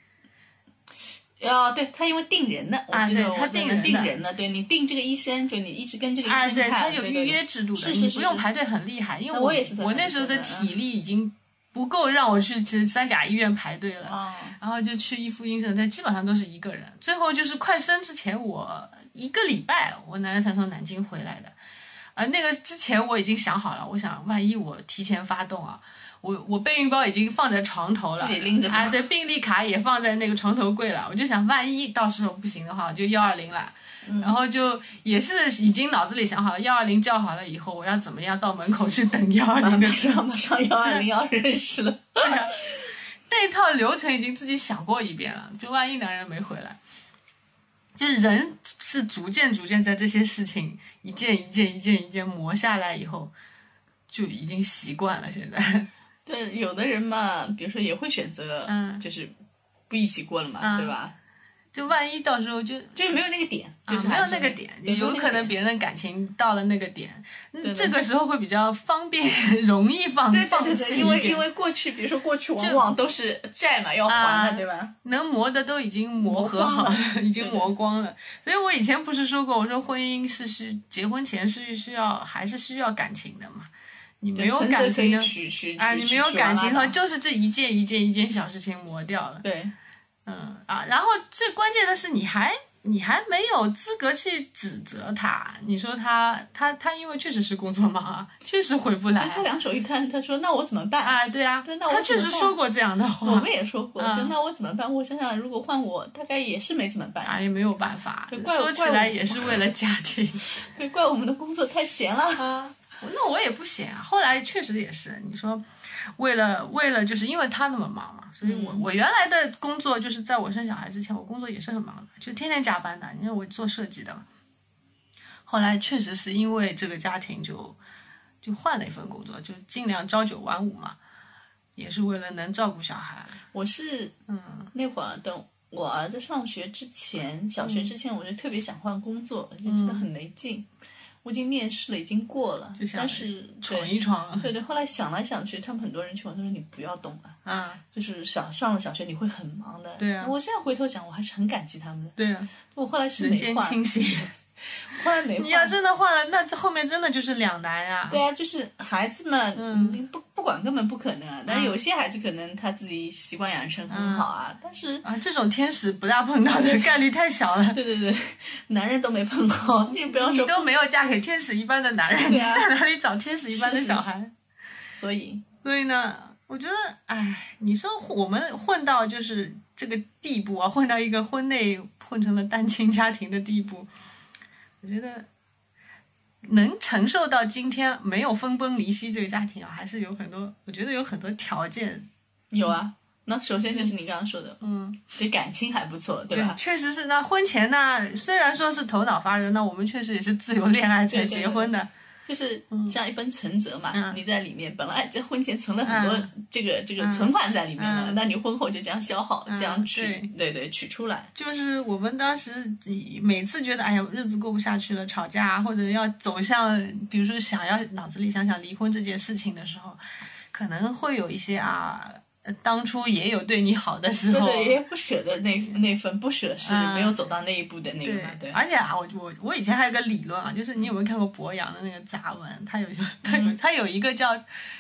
S2: 啊，对他因为定人的，我
S4: 啊
S2: 记
S4: 对
S2: 得我
S4: 他
S2: 那
S4: 定
S2: 个
S4: 人
S2: 定
S4: 的
S2: 人的，对你定这个医生，就你一直跟这个医
S4: 啊，
S2: 生
S4: 对，
S2: 看，
S4: 它有
S2: 对
S4: 预约。制度的，
S2: 是是
S4: 你
S2: 是
S4: 不用
S2: 是
S4: 排队，很厉害。因为
S2: 那我也是在
S4: 我
S2: 排队嗯
S4: 那时候的
S2: 的
S4: 体力已经不够让我去其实三甲医院排队了。
S2: 啊，
S4: 然后就去一夫医生，但基本上都是一个人。最后就是快生之前，我一个礼拜，我奶奶才从南京回来的。啊，那个之前我已经想好了，我想万一我提前发动啊，我我备孕包已经放在床头了，
S2: 自己拎着走
S4: 啊，对，病历卡也放在那个床头柜了。我就想，万一到时候不行的话，我就幺二零了。
S2: 嗯
S4: 然后就也是已经脑子里想好了，幺二零叫好了以后，我要怎么样到门口去等幺二零的
S1: 马上马上幺二零要认识了，
S4: 那一套流程已经自己想过一遍了，就万一男人没回来，就是人是逐渐逐渐在这些事情一件一件一件一件磨下来以后，就已经习惯了。现在，
S2: 对，有的人嘛，比如说也会选择，
S4: 嗯
S2: 就是不一起过了嘛，
S4: 嗯
S2: 对吧？
S4: 就万一到时候就
S2: 就是没有那个点，
S4: 就
S2: 就是
S4: 啊没有
S2: 还是
S4: 那个点，
S2: 对
S4: 有可能别人的感情到了那个点，嗯
S2: 对
S4: 这个时候会比较方便， 容易放
S2: 对对
S4: 放
S2: 对
S4: 弃
S2: 对，
S4: 一
S2: 因为
S4: 点
S2: 因为过去，比如说过去往往都是债嘛要还
S4: 啊
S2: 的，对吧？
S4: 能磨的都已经磨合好
S2: 磨
S4: 了，已经磨光了。所以我以前不是说过，我说婚姻是需结婚前是需要还是需要感情的嘛？你没有
S2: 对
S4: 感
S2: 存折可以
S4: 情的
S2: 取取
S4: 啊，
S2: 取
S4: 你
S2: 取
S4: 没有
S2: 取
S4: 感情
S2: 完
S4: 的话，
S2: 了
S4: 就是这一件一件一件小事情磨掉了。
S2: 对
S4: 嗯啊，然后最关键的是，你还你还没有资格去指责他。你说他他他因为确实是工作忙啊，确实回不来
S2: 哎他两手一摊，他说：“那我怎么办？”
S4: 啊，对啊
S2: 对，那我
S4: 他
S2: 怎
S4: 确
S2: 么
S4: 实
S2: 办
S4: 说过这样的话。
S2: 我们也说过，
S4: 嗯
S2: 就那我怎么办？我想想，如果换我，大概也是没怎么办。
S4: 啊，也没有办法，
S2: 对怪我
S4: 说起
S2: 怪我
S4: 来也是为了家庭。
S2: 对，怪我们的工作太闲了。
S4: 啊，那我也不闲啊。后来确实也是，你说为了为了就是因为他那么忙嘛，所以我、
S2: 嗯
S4: 我原来的工作就是在我生小孩之前，我工作也是很忙的，就天天加班的，因为我做设计的嘛。后来确实是因为这个家庭就就换了一份工作，就尽量朝九晚五嘛，也是为了能照顾小孩。
S2: 我是
S4: 嗯
S2: 那会儿等我儿子上学之前，小
S4: 嗯
S2: 学之前，我就特别想换工作，就觉得很没劲。我已经面试了，已经过了
S4: 就，想
S2: 但是
S4: 闯
S2: 对
S4: 一闯啊
S2: 对对，后来想来想去，他们很多人去玩，他说你不要动啊，
S4: 啊，
S2: 就是小上了小学你会很忙的。
S4: 对啊
S2: 我现在回头想，我还是很感激他们的。
S4: 对啊，
S2: 我后来是
S4: 人
S2: 没
S4: 间
S2: 换
S4: 清，醒。
S2: 后来没换。
S4: 你要真的换了，那这后面真的就是两难啊。
S2: 对啊，就是孩子们，
S4: 嗯
S2: 你不不管根本不可能啊。但是有些孩子可能他自己习惯养成
S4: 嗯
S2: 很好啊，但是
S4: 啊，这种天使不大碰到的概率太小了。
S2: 对对对，男人都没碰过，你也不要
S4: 你
S2: 说。
S4: 都没有嫁给天使一般的男人，你
S2: 对啊
S4: 在哪里找天使一般的小孩？
S2: 所以
S4: 所以呢，我觉得，哎，你说我们混到就是这个地步啊，混到一个婚内混成了单亲家庭的地步，我觉得能承受到今天没有分崩离析这个家庭啊，还是有很多，我觉得有很多条件。
S2: 有啊，那首先就是你刚刚说的，
S4: 嗯，
S2: 对感情还不错，对啊吧？
S4: 确实是。那婚前呢，虽然说是头脑发热，那我们确实也是自由恋爱才
S2: 对对
S4: 结婚的。
S2: 就是像一份存折嘛，
S4: 嗯
S2: 你在里面本来在婚前存了很多这个、这个存款在里面了，
S4: 嗯
S2: 那你婚后就这样消耗，这样取，
S4: 对
S2: 对对，取出来。
S4: 就是我们当时以每次觉得哎呀日子过不下去了，吵架啊或者要走向，比如说想要脑子里想想离婚这件事情的时候，可能会有一些啊，呃当初也有对你好的时
S2: 对
S4: 候，
S2: 对，也有不舍的那那份不舍是
S4: 嗯
S2: 没有走到那一步的那个嘛，对
S4: 对，而且啊，我我我以前还有一个理论啊，就是你有没有看过博洋的那个杂文？他有他
S2: 嗯
S4: 有他有一个叫，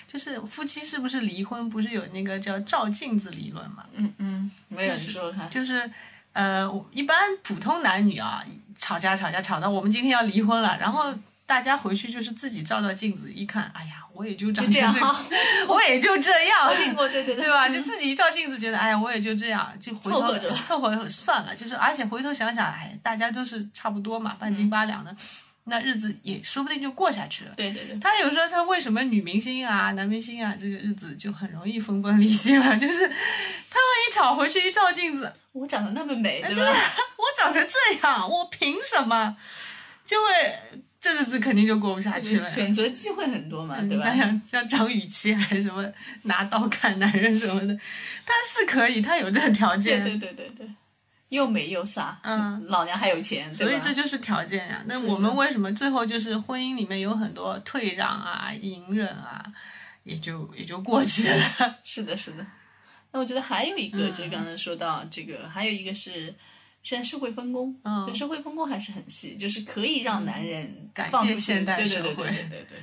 S4: 就是夫妻是不是离婚，不是有那个叫照镜子理论嘛？
S2: 嗯嗯，没有，你说说看。
S4: 就是呃，我一般普通男女啊，吵架吵架吵到我们今天要离婚了，然后大家回去就是自己照照镜子一看，哎呀，我也就长
S2: 这样
S4: 成 这个我也就这样。
S2: 过，对对 对
S4: 对吧？就自己一照镜子，觉得哎呀，我也就这样，就回头
S2: 凑合着
S4: 凑合算了。就是而且回头想想，哎，大家都是差不多嘛，半
S2: 嗯
S4: 斤八两的，那日子也说不定就过下去了。
S2: 对对对，
S4: 他有时候他为什么女明星啊、男明星啊，这个日子就很容易分 崩离析了，就是他们一吵回去一照镜子，
S2: 我长得那么美，对
S4: 对
S2: 吧？
S4: 我长成这样，我凭什么？就会这日子肯定就过不下去了呀。
S2: 选择机会很多嘛，
S4: 啊
S2: 对
S4: 哎你
S2: 吧？
S4: 想想，像张雨绮还是什么拿刀砍男人什么的，他是可以，他有这个条
S2: 对
S4: 件，
S2: 对对对对，又美又飒，
S4: 嗯，
S2: 老娘还有钱，
S4: 所
S2: 对
S4: 以
S2: 吧
S4: 这？就是条件呀、那
S2: 是
S4: 我们为什么最后就是婚姻里面有很多退让啊、隐忍啊，也就也就过去了。
S2: 是的，是的。那我觉得还有一
S4: 嗯
S2: 个，就刚才说到这个，还有一个是。现在社会分工，
S4: 嗯
S2: 就社会分工还是很细，就是可以让男人
S4: 感谢
S2: 放出去
S4: 现代
S2: 对
S4: 社
S2: 对对
S4: 会
S2: 对对对对，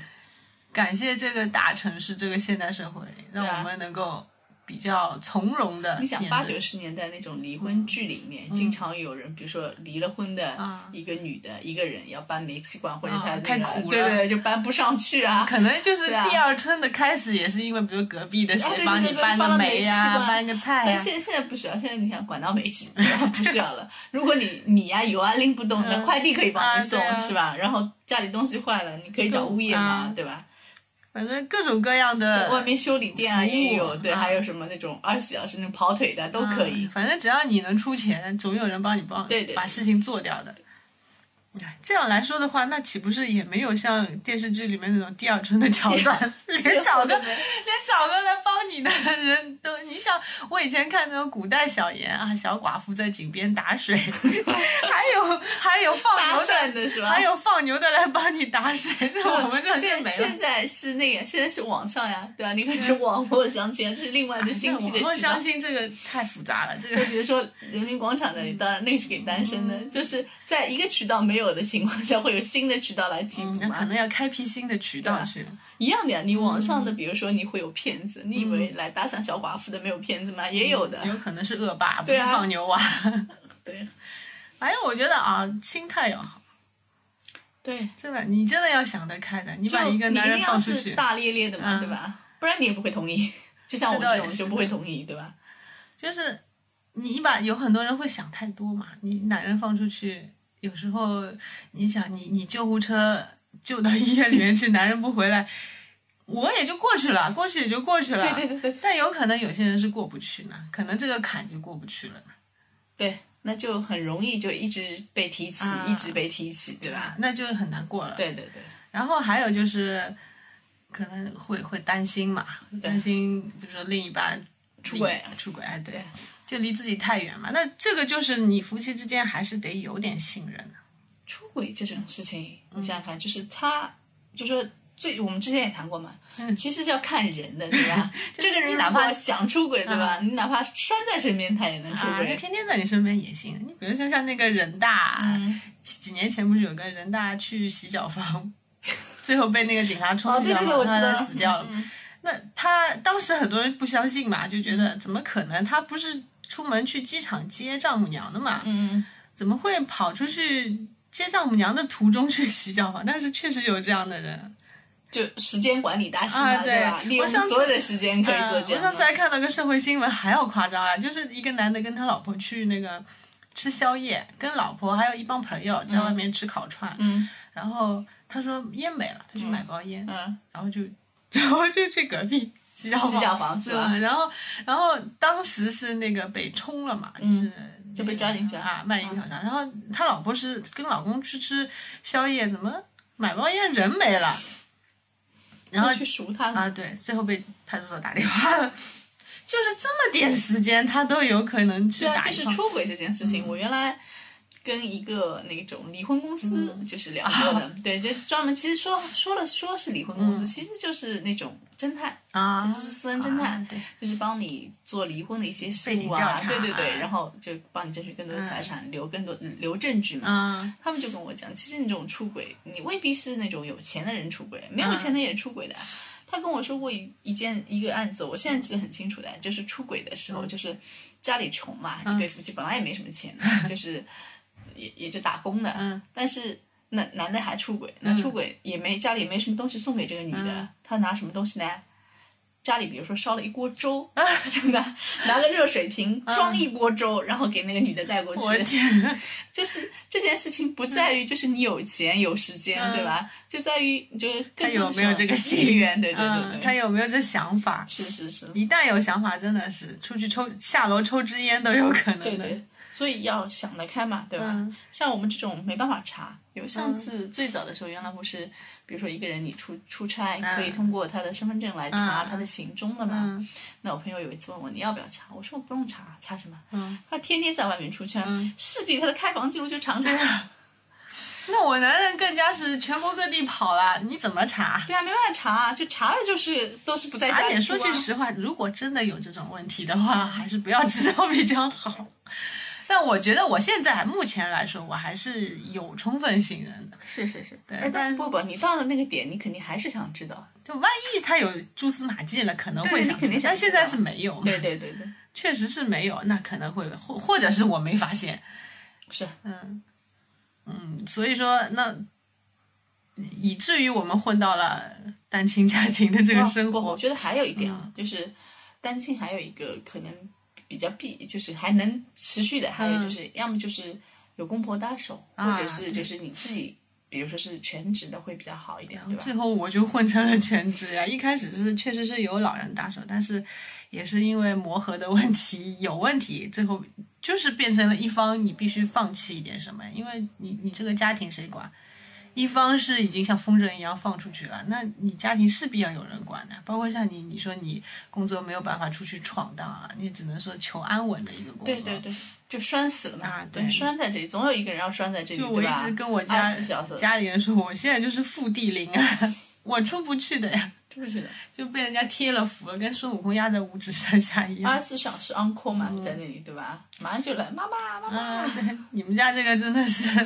S4: 感谢这个大城市，这个现代社会，让
S2: 对啊
S4: 我们能够比较从容的。
S2: 你想八九十年代那种离
S4: 嗯
S2: 婚剧里面，经常有人，比如说离了婚的
S4: 啊
S2: 一个女的，一个人要搬煤气罐，或者
S4: 啊
S2: 她那个
S4: 太苦了
S2: 对对，对就搬不上去啊。
S4: 可能就是
S2: 对啊
S4: 第二春的开始，也是因为比如隔壁的
S2: 啊对
S4: 谁
S2: 对
S4: 帮你
S2: 对对
S4: 搬
S2: 搬了
S4: 个
S2: 煤
S4: 煤呀、
S2: 气罐
S4: 搬个菜
S2: 但
S4: 呀、
S2: 现在现在不需要，现在你想管到煤气不需要了。如果你米啊油啊拎不动，那
S4: 嗯
S2: 快递可以帮
S4: 啊
S2: 你送
S4: 对啊
S2: 是吧？然后家里东西坏了，你可以找物业嘛
S4: 啊，
S2: 对吧？
S4: 反正各种各样的
S2: 外面修理店啊
S4: 服务
S2: 也有，对，
S4: 啊
S2: 还有什么那种二十四小时那种跑腿的都可 以
S4: 嗯。反正只要你能出钱，总有人帮你帮
S2: 对对对
S4: 把事情做掉的。哎这样来说的话，那岂不是也没有像电视剧里面那种第二春的桥 段，连找个连找个来帮你的人都，你想我以前看那种古代小言啊，小寡妇在井边打 水，还有还有放
S2: 搭
S4: 牛
S2: 讪
S4: 的，
S2: 的是吧？
S4: 还有放牛的来帮你打水， 那 我们这就
S2: 现
S4: 没了
S2: 现。在是那个，现在是网上呀，对吧、你可以是网络相亲，这是 另外的新
S4: 那
S2: 奇的
S4: 网络
S2: 渠道
S4: 相。亲这个太复杂了，这个
S2: 就比如说人民广场那
S4: 嗯
S2: 里，当然那个是给单身的，就是在一个渠道没有的情况下，会有新的渠道来替补
S4: 嗯那
S2: 嘛。
S4: 可能要开辟新的渠
S2: 对
S4: 道
S2: 吧
S4: 去。
S2: 一样的呀，你网上
S4: 嗯
S2: 的，比如说你会有骗子，你以为来搭讪小寡妇的没有骗子吗？也有的。
S4: 嗯有可能是恶霸，不
S2: 啊对
S4: 是
S2: 啊
S4: 放牛娃。
S2: 对
S4: 哎，我觉得啊，心态要好，
S2: 对，
S4: 真的，你真的要想得开的，你把
S2: 就
S4: 一个男人
S2: 你一定
S4: 放
S2: 要
S4: 出
S2: 是
S4: 去，
S2: 大咧咧的嘛，
S4: 嗯
S2: 对吧？不然你也不会同意。 就像我
S4: 这倒
S2: 这
S4: 也
S2: 种
S4: 是
S2: 就不会同意，对吧？
S4: 就是你把有很多人会想太多嘛，你男人放出去，有时候你想你你救护车救到医院里面去，男人不回来。我也就过去了，过去也就过去了。
S2: 对对对对
S4: 但有可能有些人是过不去呢，可能这个坎就过不去了呢。
S2: 对，那就很容易就一直被提起，
S4: 啊
S2: 一直被提起，对吧？
S4: 那就很难过了。
S2: 对对对，
S4: 然后还有就是，可能会会担心嘛，担心比如说另一半出
S2: 轨
S4: 出轨，哎，对
S2: 对，
S4: 就离自己太远嘛。那这个就是你夫妻之间还是得有点信任啊
S2: 出轨这种事情，
S4: 嗯
S2: 你想想看，就是他，就说最我们之前也谈过嘛，其实是要看人的，对吧？这个
S4: 嗯
S2: 人
S4: 你
S2: 哪
S4: 哪
S2: 怕
S4: 怕嗯
S2: 想出轨，对吧？你哪怕拴在身边，他也能出
S4: 啊，那
S2: 轨。
S4: 天天在你身边也行。你比如说像那个人大，
S2: 嗯
S4: 几几年前不是有个人大去洗脚房， 最后被那个警察冲
S2: 哦，
S4: 洗
S2: 对
S4: 脚
S2: 对
S4: 房，
S2: 对，我知
S4: 他
S2: 道
S4: 死掉了。
S2: 嗯
S4: 那他当时很多人不相信嘛，就觉得
S2: 嗯
S4: 怎么可能？他不是出门去机场接丈母娘的嘛？
S2: 嗯，
S4: 怎么会跑出去接丈母娘的途中去洗脚房？但是确实有这样的人。
S2: 就时间管理大师嘛，
S4: 啊对
S2: 吧？利
S4: 我
S2: 用
S4: 上次
S2: 所有的时间可以做
S4: 嗯
S2: 这
S4: 我
S2: 样的。
S4: 上次还看到个社会新闻，还要夸张啊，就是一个男的跟他老婆去那个吃宵夜，跟老婆还有一帮朋友在外面吃烤串，
S2: 嗯
S4: 然后他说烟没了，他去买包烟，
S2: 嗯，
S4: 然后就 然后就去隔壁洗脚房，
S2: 洗脚房啊是
S4: 对
S2: 吧？
S4: 然后，然后当时是那个被冲了嘛，就是、
S2: 嗯就被抓进去了嗯
S4: 啊，卖淫挑杀。然后他老婆是跟老公去吃宵夜，怎么买包烟人没了？然后
S2: 去赎他
S4: 啊，对，最后被派出所打电话了。就是这么点时间，他都有可能去
S2: 对啊，
S4: 打一
S2: 就
S4: 嗯
S2: 是
S4: 方。
S2: 出轨这件事情，我原来。跟一个那种离婚公司
S4: 嗯
S2: 就是聊过 的，对，就专门其实说说了说是离婚公
S4: 嗯
S2: 司，其实就是那种侦探，
S4: 啊，
S2: 其实是私人侦探
S4: 啊对，
S2: 就是帮你做离婚的一些事
S4: 背景
S2: 务
S4: 调
S2: 啊，
S4: 查
S2: 对对对，
S4: 啊
S2: 然后就帮你争取更多的财产，留更多留证据嘛。
S4: 嗯，
S2: 他们就跟我讲，其实你这种出轨，你未必是那种有钱的人出轨，没有
S4: 嗯
S2: 钱的也出轨的。他跟我说过一一件一个案子，我现在记得很清楚的，就是出轨的时候，
S4: 嗯
S2: 就是家里穷嘛，一对夫妻本来也没什么钱， 就是也也就打工的，
S4: 嗯
S2: 但是。那男的还出轨，那出轨也没家里也没什么东西送给这个女的，
S4: 嗯
S2: 他拿什么东西呢？家里比如说烧了一锅粥，
S4: 嗯
S2: 他 就拿拿个热水瓶装一锅粥，然后给那个女的带过去。
S4: 我 天，
S2: 就是这件事情不在于就是你有钱有时间，
S4: 嗯
S2: 对吧？就在于你就是
S4: 他
S2: 更
S4: 有没有这个
S2: 意
S4: 心
S2: 愿，对对对
S4: 嗯，
S2: 对，
S4: 他嗯有没有这想法？
S2: 是是是，
S4: 一旦有想法，真的是出去抽下楼抽支烟都有可能的。
S2: 对对，所以要想得开嘛，对吧？
S4: 嗯
S2: 像我们这种没办法查，有上次最早的时候，原来不是，比如说一个人你出出差，可以通过他的身份证来查
S4: 嗯
S2: 他的行踪的嘛。那我朋友有一次问我你要不要查，我说我不用查，查什么？
S4: 嗯
S2: 他天天在外面出差，势必他的开房记录 就长着。
S4: 那我男人更加是全国各地跑了，你怎么查？
S2: 对啊，没办法查啊，就查了就是都是不在家
S4: 而
S2: 里、啊
S4: 且说句，实话，如果真的有这种问题的话，还是不要知道比较好。但我觉得我现在目前来说，我还是有充分信任的。
S2: 是是是，
S4: 对
S2: 哎
S4: 但是
S2: 不不，你到了那个点，你肯定还是想 知道。
S4: 就万一他有蛛丝马迹了，可能会
S2: 对
S4: 想
S2: 你肯定
S4: 知道但
S2: 想
S4: 现
S2: 知道
S4: 在是没有嘛，
S2: 对对对对，
S4: 确实是没有，那可能会或或者是我没发现，
S2: 是
S4: 嗯嗯，所以说那以至于我们混到了单亲家庭的这个
S2: 哦
S4: 嗯生
S2: 不我
S4: 活，嗯
S2: 觉得还有一点啊，就是单亲还有一个可能比较必，就是还能持续的，还有就是、要么就是有公婆搭手，
S4: 嗯啊
S2: 或者是就是你自己，比如说是全职的会比较好一点，对吧？
S4: 最后我就混成了全职呀、一开始是确实是有老人搭手，但是也是因为磨合的问题有问题，最后就是变成了一方你必须放弃一点什么，因为你你这个家庭谁管？一方是已经像风筝一样放出去了，那你家庭势必要有人管的，包括像你，你说你工作没有办法出去闯荡啊，你只能说求安稳的一个工作。
S2: 对对对，就拴死了嘛，
S4: 啊
S2: 对，
S4: 对
S2: 拴在这里，总有一个人要拴在这里，
S4: 就我
S2: 对
S4: 一
S2: 吧
S4: 直跟我家
S2: 24小时
S4: 家里人说，我现在就是负地灵啊， 我出不去的呀。
S2: 出去的，
S4: 就被人家贴了符了，跟孙悟空压在五指山下一样。
S2: 二十四小时 on call 嘛，
S4: 嗯
S2: 在那里，对吧？马上就来，妈妈妈妈，
S4: 啊，对，你们家这个真的是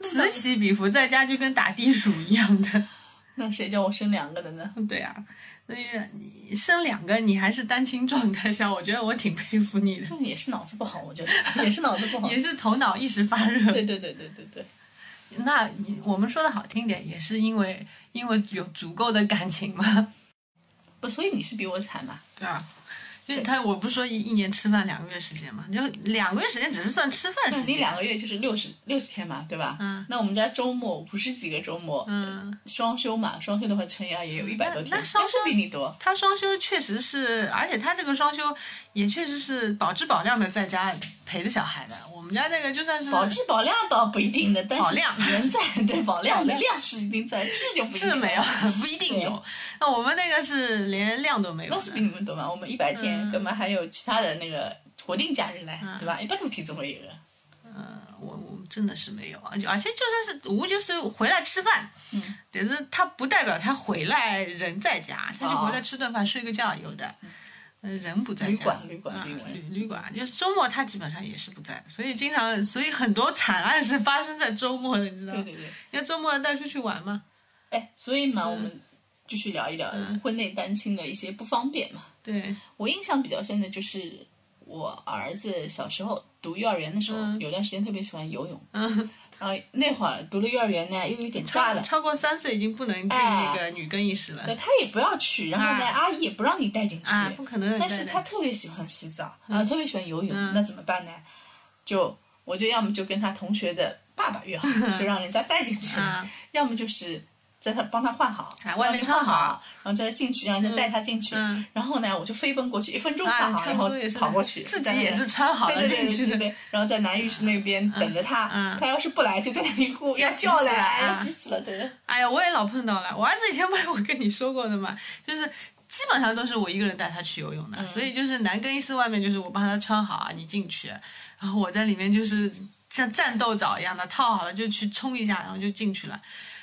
S4: 此起彼伏，在家就跟打地鼠一样的。
S2: 那谁叫我生两个的呢？
S4: 对啊，所以你生两个，你还是单亲状态下，我觉得我挺佩服你的，
S2: 就也是脑子不好，我觉得也是脑子不好。
S4: 也是头脑一时发热
S2: 对。对对对对对，
S4: 那你我们说的好听点，也是因为因为有足够的感情嘛。
S2: 不，所以你是比我惨嘛？
S4: 对啊。就是他，我不是说一一年吃饭两个月时间嘛，就两个月时间只是算吃饭时间。
S2: 嗯你两个月就是六十六十天嘛，对吧？
S4: 嗯。
S2: 那我们家周末五十几个周末，
S4: 嗯，
S2: 双休嘛，双休的话乘以二也有一百多天，
S4: 那双
S2: 也
S4: 休
S2: 是比你多。
S4: 他双休确实是，而且他这个双休也确实是保质保量的在家陪着小孩的。我们家这个就算是
S2: 保质保量倒不一定的，但
S4: 嗯保
S2: 是
S4: 量
S2: 人在对保量的量是一定在，质就不一定
S4: 是没有，不一定有。那我们那个是连量都没有
S2: 都是比
S4: 的。
S2: 你们多嘛。我们一百
S4: 嗯
S2: 天，干嘛还有其他的那个国定假日来，对吧？一般都体总会有
S4: 嗯
S2: 的。
S4: 我我们真的是没有，而且而且就算是无就是回来吃饭，嗯，但是他不代表他回来人在家，他就回来吃顿饭、睡个觉有的。嗯，人不在家，
S2: 哦旅馆旅馆
S4: 啊
S2: 旅馆
S4: 旅旅馆，就是周末他基本上也是不在，所以经常，所以很多惨案是发生在周末的，你知道吗？
S2: 对对对，
S4: 要周末带出去玩嘛？
S2: 哎，所以
S4: 嗯
S2: 嘛，我们继续聊一聊婚内单亲的一些不方便嘛。
S4: 对，
S2: 我印象比较深的就是我儿子小时候读幼儿园的时候，有段时间特别喜欢游泳。
S4: 嗯，
S2: 然后那会儿读了幼儿园呢，又有点大
S4: 超
S2: 了，
S4: 超过三岁已经不能进
S2: 哎
S4: 那个女更衣室了
S2: 对，他也不要去，然后呢，
S4: 啊
S2: 阿姨也不让你带进去。
S4: 啊，不可能。
S2: 但
S4: 对
S2: 是
S4: 嗯
S2: 他特别喜欢洗澡，啊、特别喜欢游泳，那怎么办呢？就我就要么就跟他同学的爸爸 约好，就让人家带进去，
S4: 啊
S2: 要么就是在他帮他换好，
S4: 啊外面
S2: 帮他
S4: 穿
S2: 换
S4: 好，
S2: 然后再进去，让人家带他进去。
S4: 嗯嗯
S2: 然后呢，我就飞奔过去，一分钟换
S4: 啊，
S2: 好，
S4: 差
S2: 然
S4: 不
S2: 后
S4: 多也是
S2: 跑过去，
S4: 自
S2: 在
S4: 己
S2: 那
S4: 也是穿好了
S2: 对对
S4: 进去
S2: 对对
S4: 的。
S2: 对， 然后在南浴室那边等着他，
S4: 嗯
S2: 他要是不来，就在那里哭，要叫
S4: 急死了
S2: 来，
S4: 啊
S2: 要急死了，对。
S4: 哎呀，我也老碰到了，我儿子以前不是我跟你说过的嘛，就是。基本上都是我一个人带他去游泳的，
S2: 嗯
S4: 所以就是男更衣室外面就是我帮他穿好啊，你进去，然后我在里面就是像战斗澡一样的套好了就去冲一下，然后就进去了。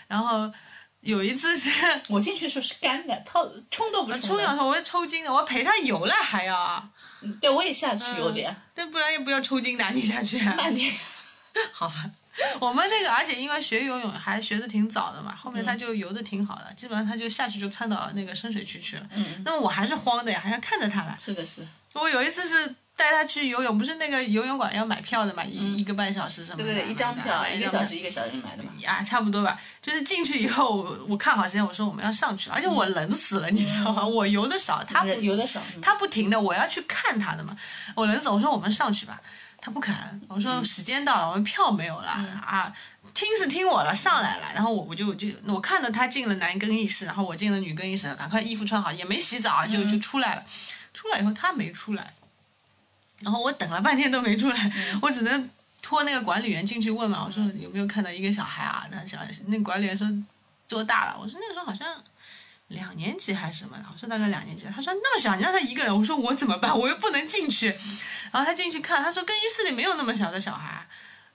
S4: 然后有一次是
S2: 我进去的时候是干的，套冲都不
S4: 啊冲
S2: 的
S4: 泳的时候我要抽筋的，我要陪他游了还要啊。
S2: 对我也下去
S4: 嗯
S2: 有点，
S4: 但不然也不要抽筋打你下去、 啊。
S2: 慢点。
S4: 好吧，我们那个，而且因为学游泳还学的挺早的嘛，后
S2: 嗯
S4: 面他就游的挺好的，基本上他就下去就窜到那个深水区去了。嗯，那么我还是慌的呀，还要看着他了。
S2: 是的，是的。
S4: 我有一次是。带他去游泳，不是那个游泳馆要买票的嘛，一、一个半小时什么的，
S2: 嗯对对对，一张票一个小时一个小时买的嘛。
S4: 啊，差不多吧。就是进去以后，我我看好时间，我说我们要上去了，而且我冷死了，你知道吗？我游的少，他不
S2: 嗯人有的少，
S4: 他不停的，我要去看他的嘛。我冷走，我说我们上去吧，他不肯。我说时间到了，我们票没有了、啊。听是听我了，上来了，然后我我就我就我看着他进了男更衣室，然后我进了女更衣室，赶快衣服穿好，也没洗澡就就出来了。出来以后他没出来，然后我等了半天都没出来，我只能托那个管理员进去问嘛。我说有没有看到一个小孩啊？那小孩那管理员说多大了？我说那个时候好像两年级还是什么的，我说大概两年级。他说那么小，你让他一个人，我说我怎么办？我又不能进去。然后他进去看，他说更衣室里没有那么小的小孩。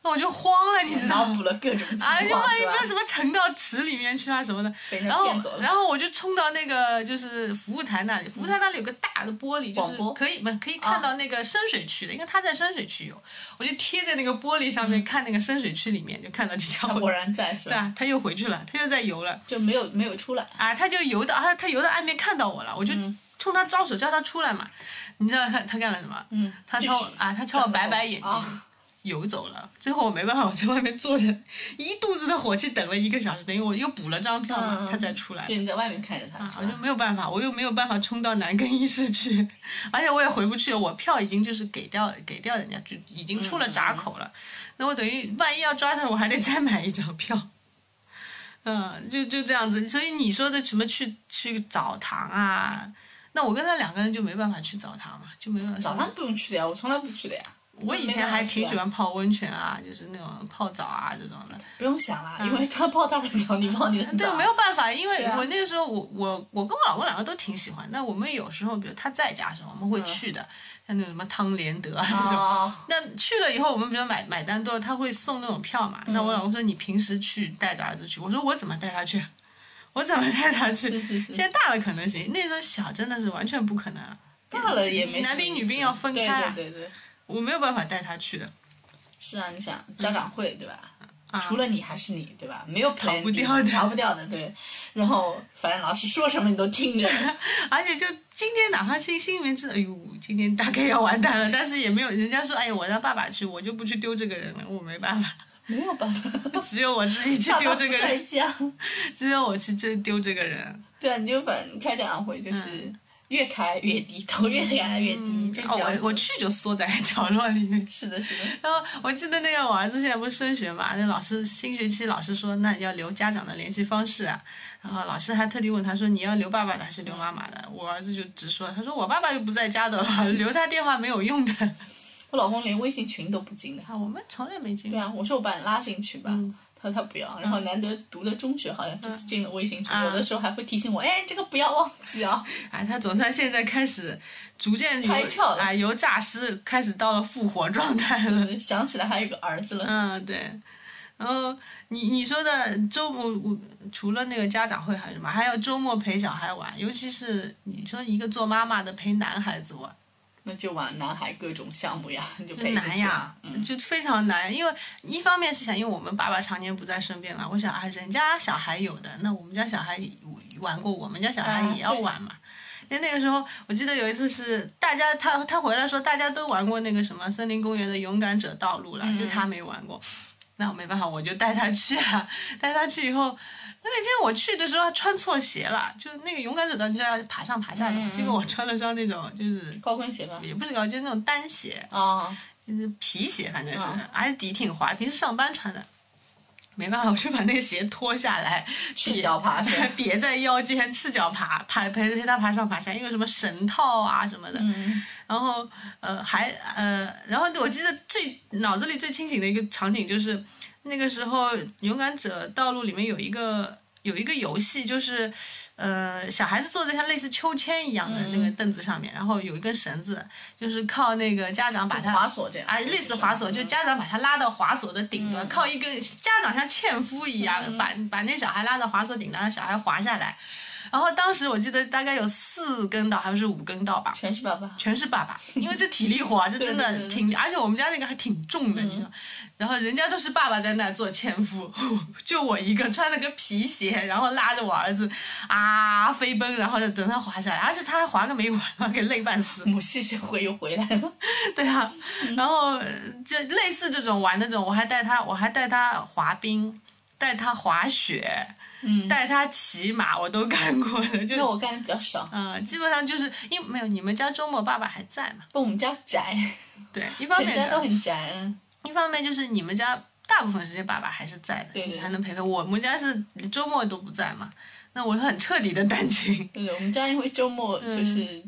S4: 那我就慌了，你知道
S2: 脑
S4: 吗？
S2: 补了各种情
S4: 啊，就
S2: 况，
S4: 万一
S2: 是
S4: 不
S2: 吧
S4: 知道什么沉到池里面去啊什么的，
S2: 被人
S4: 然
S2: 家
S4: 后
S2: 骗走，了。
S4: 然后我就冲到那个就是服务台那里，服务台那里有个大的玻璃，就
S2: 广播
S4: 是可以不可以看到那个深水区的，因为他在深水区有，我就贴在那个玻璃
S2: 嗯
S4: 上面看那个深水区里面，就看到这条
S2: 他
S4: 回
S2: 果。然在是
S4: 对
S2: 吧？
S4: 啊，他又回去了，他又在游了
S2: 就没有没有出来，
S4: 啊，他就游到啊，他游到岸边看到我了，我就
S2: 嗯
S4: 冲他招手叫他出来嘛。你知道他他干了什么？
S2: 嗯，
S4: 他
S2: 继
S4: 朝我
S2: 续
S4: 啊，他朝我摆摆眼睛，
S2: 啊
S4: 游走了。最后我没办法，我在外面坐着，一肚子的火气，等了一个小时，等于我又补了张票嘛，
S2: 嗯嗯
S4: 他才出来。
S2: 对，你在外面看着他，
S4: 啊
S2: 是
S4: 我就
S2: 吧
S4: 没有办法，我又没有办法冲到南更衣室去，而且我也回不去了，我票已经就是给掉给掉人家，就已经出了闸口了。那我等于万一要抓他，我还得再买一张票。嗯，就就这样子。所以你说的什么去去澡堂啊？那我跟他两个人就没办法去澡堂嘛，就没办法。
S2: 早上不用去的呀，我从来不去的呀，
S4: 我以前还挺喜欢泡温泉啊，就是那种泡澡啊这种的。
S2: 不用想啦，因为他泡他的澡，你泡你的
S4: 嗯对
S2: 澡，，
S4: 没有办法，因为
S2: 啊
S4: 我那个时候我我我跟我老公两个都挺喜欢。那我们有时候，比如他在家的时候，我们会
S2: 嗯
S4: 去的，像那种什么汤连德啊这种。
S2: 啊，
S4: 那去了以后，我们比如买买单之后，他会送那种票
S2: 嗯
S4: 嘛。那我老公说你平时去带着儿子去，我说我怎么带他去？啊 我怎么带他去？
S2: 是是是
S4: 现在大了可能行，那时候小真的是完全不可能啊。
S2: 大了也没什么
S4: 男宾
S2: 意
S4: 女
S2: 思
S4: 宾要分开啊
S2: 对对对对，
S4: 我没有办法带他去的，
S2: 是啊，你想
S4: 嗯
S2: 家长会对吧？除了你还是你对吧？没有逃
S4: 啊不掉的
S2: 逃不掉的对。然后反正老师说什么你都听着，
S4: 而且就今天哪怕心心里面知道，哎呦，今天大概要完蛋了，但是也没有人家说，哎呀，我让爸爸去，我就不去丢这个人了，我没办法。
S2: 没有办法，
S4: 只有我自己去 丢这个
S2: 爸爸不在
S4: 人，
S2: 家。
S4: 只有我去这丢这个人。
S2: 对啊，你就反正开家长会就是越开越低，头越抬越低，就是
S4: 嗯哦，
S2: 嗯这样
S4: 我我去就缩在角落里面。
S2: 是的，是的，
S4: 然后我记得那个我儿子现在不是升学嘛，那老师新学期老师说那要留家长的联系方式啊，然后老师还特地问他说你要留爸爸的还是留妈妈的？我儿子就直说，他说我爸爸又不在家的，留他电话没 有用的。
S2: 我老公连微信群都不进的。
S4: 啊，我们从来没经
S2: 对
S4: 历。
S2: 啊，我说我把你拉进去吧。
S4: 嗯
S2: 他说他不要，然后难得读的中学好像是进了微信群，
S4: 啊
S2: 有的时候还会提醒我，哎，这个不要忘记啊。
S4: 哎，他总算现在开始逐渐由
S2: 开窍了
S4: 啊，由诈尸开始到了复活状态了。
S2: 想起来还有个儿子了，
S4: 嗯，对。然后你你说的周末，我除了那个家长会还有什么，还有周末陪小孩玩，尤其是你说一个做妈妈的陪男孩子玩，
S2: 那就玩男孩各种项目呀， 你就
S4: 很
S2: 陪着
S4: 难呀
S2: 去啊，嗯，
S4: 就非常难。因为一方面是想，因为我们爸爸常年不在身边嘛，我想啊，人家小孩有的，那我们家小孩玩过，我们家小孩
S2: 啊
S4: 也要
S2: 对
S4: 玩嘛。那那个时候，我记得有一次是大家他他回来说大家都玩过那个什么森林公园的勇敢者道路了，就
S2: 嗯
S4: 他没玩过。那我没办法，我就带他去啊。带他去以后，那天我去的时候他穿错鞋了，就那个勇敢者道路就要爬上爬下
S2: 嗯
S4: 的嘛，结果我穿了双那种就是
S2: 高跟鞋吧。
S4: 也不是高，就是那种单鞋，
S2: 啊，
S4: 就是皮鞋，反正是
S2: 嗯，
S4: 而且底挺滑，平时上班穿的。没办法，我就把那个鞋脱下来，
S2: 赤脚爬是吧
S4: 别在腰间，赤脚爬，爬陪陪他爬上爬下，因为什么绳套啊什么的。
S2: 嗯，
S4: 然后呃还呃，然后我记得最脑子里最清醒的一个场景就是那个时候《勇敢者道路》里面有一个有一个游戏，就是呃小孩子坐在像类似秋千一样的
S2: 嗯
S4: 那个凳子上面，然后有一根绳子，就是靠那个家长把他
S2: 滑索这样，嗯
S4: 啊，类似滑索，就家长把他拉到滑索的顶端，靠一根家长像纤夫一样，
S2: 嗯
S4: 把把那小孩拉到滑索顶端，让小孩滑下来。然后当时我记得大概有四根道还是五根道吧，
S2: 全是爸爸，
S4: 全是爸爸，因为这体力活啊，这真
S2: 对对
S4: 的
S2: 对嗯
S4: 挺，而且我们家那个还挺重的，你知道。然后人家都是爸爸在那做纤夫， 就我一个穿了个皮鞋，然后拉着我儿子啊飞奔，然后就等他滑下来，而且他还滑个没完，给累半死。
S2: 母系协会又回来 了，
S4: 对啊，
S2: 嗯
S4: 然后呃就类似这种玩那种，我还带他，我还带他滑冰，带他滑雪，
S2: 嗯，
S4: 带他骑马，我都干过的。就
S2: 因为我干的比较少，
S4: 嗯、基本上就是因为没有你们家周末爸爸还在嘛？
S2: 不，我们家宅，
S4: 对，一 方
S2: 全家
S4: 面
S2: 都
S4: 是
S2: 很宅，嗯
S4: 一方面就是你们家大部分时间爸爸还是在的，
S2: 对对
S4: 就是还能陪陪我。我们家是周末都不在嘛，那我很彻底的单 亲。
S2: 对对，我们家因为周末
S4: 嗯
S2: 就是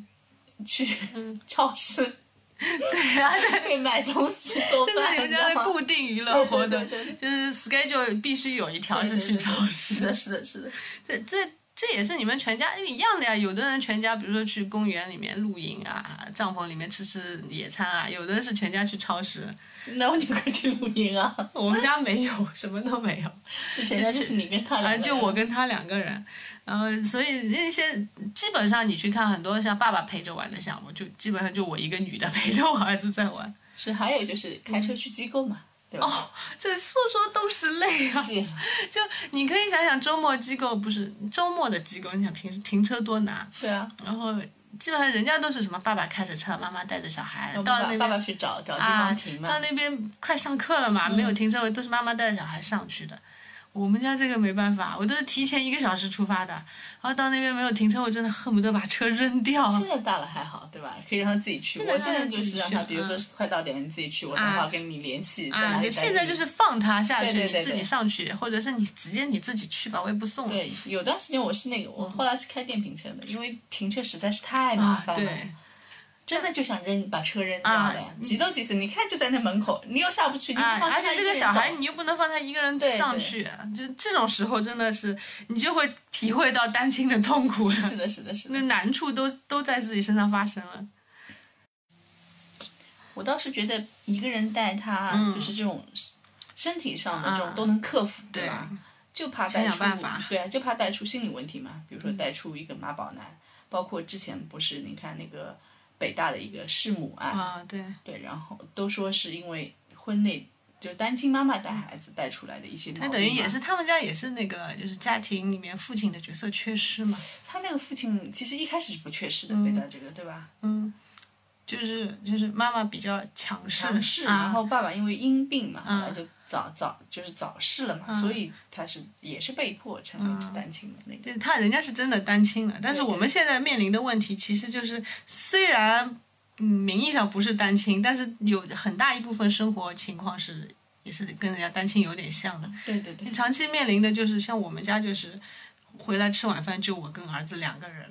S2: 去 超市， 对
S4: 啊，
S2: 对，买东西做
S4: 这是
S2: 饭，
S4: 你们家的固定娱乐活动
S2: 对对对，
S4: 就是 schedule 必须有一条是去超市
S2: 是。的，是的，是的，
S4: 这这这也是你们全家一样的呀。有的人全家，比如说去公园里面露营啊，帐篷里面吃吃野餐啊；有的人是全家去超市。
S2: 那我就快去露 营啊！
S4: 我们家没有，什么都没有。
S2: 全家就是你跟他
S4: 啊，
S2: 两个人
S4: 就我跟他两个人，然后所以那些基本上你去看很多像爸爸陪着玩的项目，就基本上就我一个女的陪着我儿子在玩，
S2: 是还有就是开
S4: 嗯
S2: 车去机构嘛，对吧？哦，
S4: 这说说都是泪啊！
S2: 是
S4: 就你可以想想，周末机构不是周末的机构，你想平时停车多难，
S2: 对啊，
S4: 然后基本上人家都是什么爸爸开着车，妈妈带着小孩
S2: 我
S4: 到
S2: 哦爸
S4: 那边
S2: 爸爸去找找地
S4: 啊
S2: 方停，嘛嗯
S4: 到，那边快上课了嘛，没有停车位，都是妈妈带着小孩上去的。我们家这个没办法，我都是提前一个小时出发的，然后到那边没有停车位，真的恨不得把车扔掉。
S2: 现在大了还好，对吧？可以让他自己去。
S4: 在
S2: 我现在
S4: 让他
S2: 就
S4: 自己
S2: 是让
S4: 去
S2: 他，比如说
S4: 嗯
S2: 快到点你自己去，我等会儿跟你联系。在
S4: 啊，
S2: 哪里
S4: 对，
S2: 待
S4: 现在
S2: 着
S4: 就是放他下去，
S2: 对对对
S4: 你自己
S2: 对
S4: 上去，或者是你直接你自己去吧，我也不送了。
S2: 对，有段时间我是那个，我后来是开电瓶车的，因为停车实在是太麻
S4: 嗯啊，
S2: 烦了，
S4: 对，
S2: 真的就想扔把车扔掉
S4: 啊
S2: 了，急都急死。你看就在那门口，你又下不去，你又
S4: 啊，
S2: 放
S4: 而且这个小孩你
S2: 你
S4: 又不能放他一个人
S2: 对对
S4: 上去，就这种时候真的是你就会体会到单亲的痛苦了，
S2: 是的，是的，是
S4: 那
S2: 的。
S4: 难处都都在自己身上发生了。
S2: 我倒是觉得一个人带他，
S4: 嗯
S2: 就是这种身体上的这种
S4: 啊
S2: 都能克服，对
S4: 对
S2: 吧？就怕带
S4: 想
S2: 出
S4: 想办法嗯
S2: 对啊，就怕带出心理问题嘛，比如说带出一个妈宝男，包括之前不是你看那个北大的一个弑母案，
S4: 啊，对，
S2: 对，然后都说是因为婚内就是单亲妈妈带孩子带出来的一些毛病
S4: 那
S2: 嘛。
S4: 等于也是他们家也是那个就是家庭里面父亲的角色缺失嘛，
S2: 他那个父亲其实一开始是不缺失的，
S4: 嗯
S2: 北大这个对吧？
S4: 嗯，就是就是妈妈比较强势，
S2: 强势，
S4: 啊、
S2: 然后爸爸因为因病嘛，
S4: 嗯
S2: 后来就早早就是早逝了嘛，
S4: 嗯
S2: 所以他是也是被迫成为单亲的那个。
S4: 对他人家是真的单亲了，但是
S2: 对对
S4: 我们现在面临的问题其实就是虽然。嗯，名义上不是单亲，但是有很大一部分生活情况是也是跟人家单亲有点像的。
S2: 对对对，
S4: 长期面临的就是像我们家就是回来吃晚饭就我跟儿子两个人，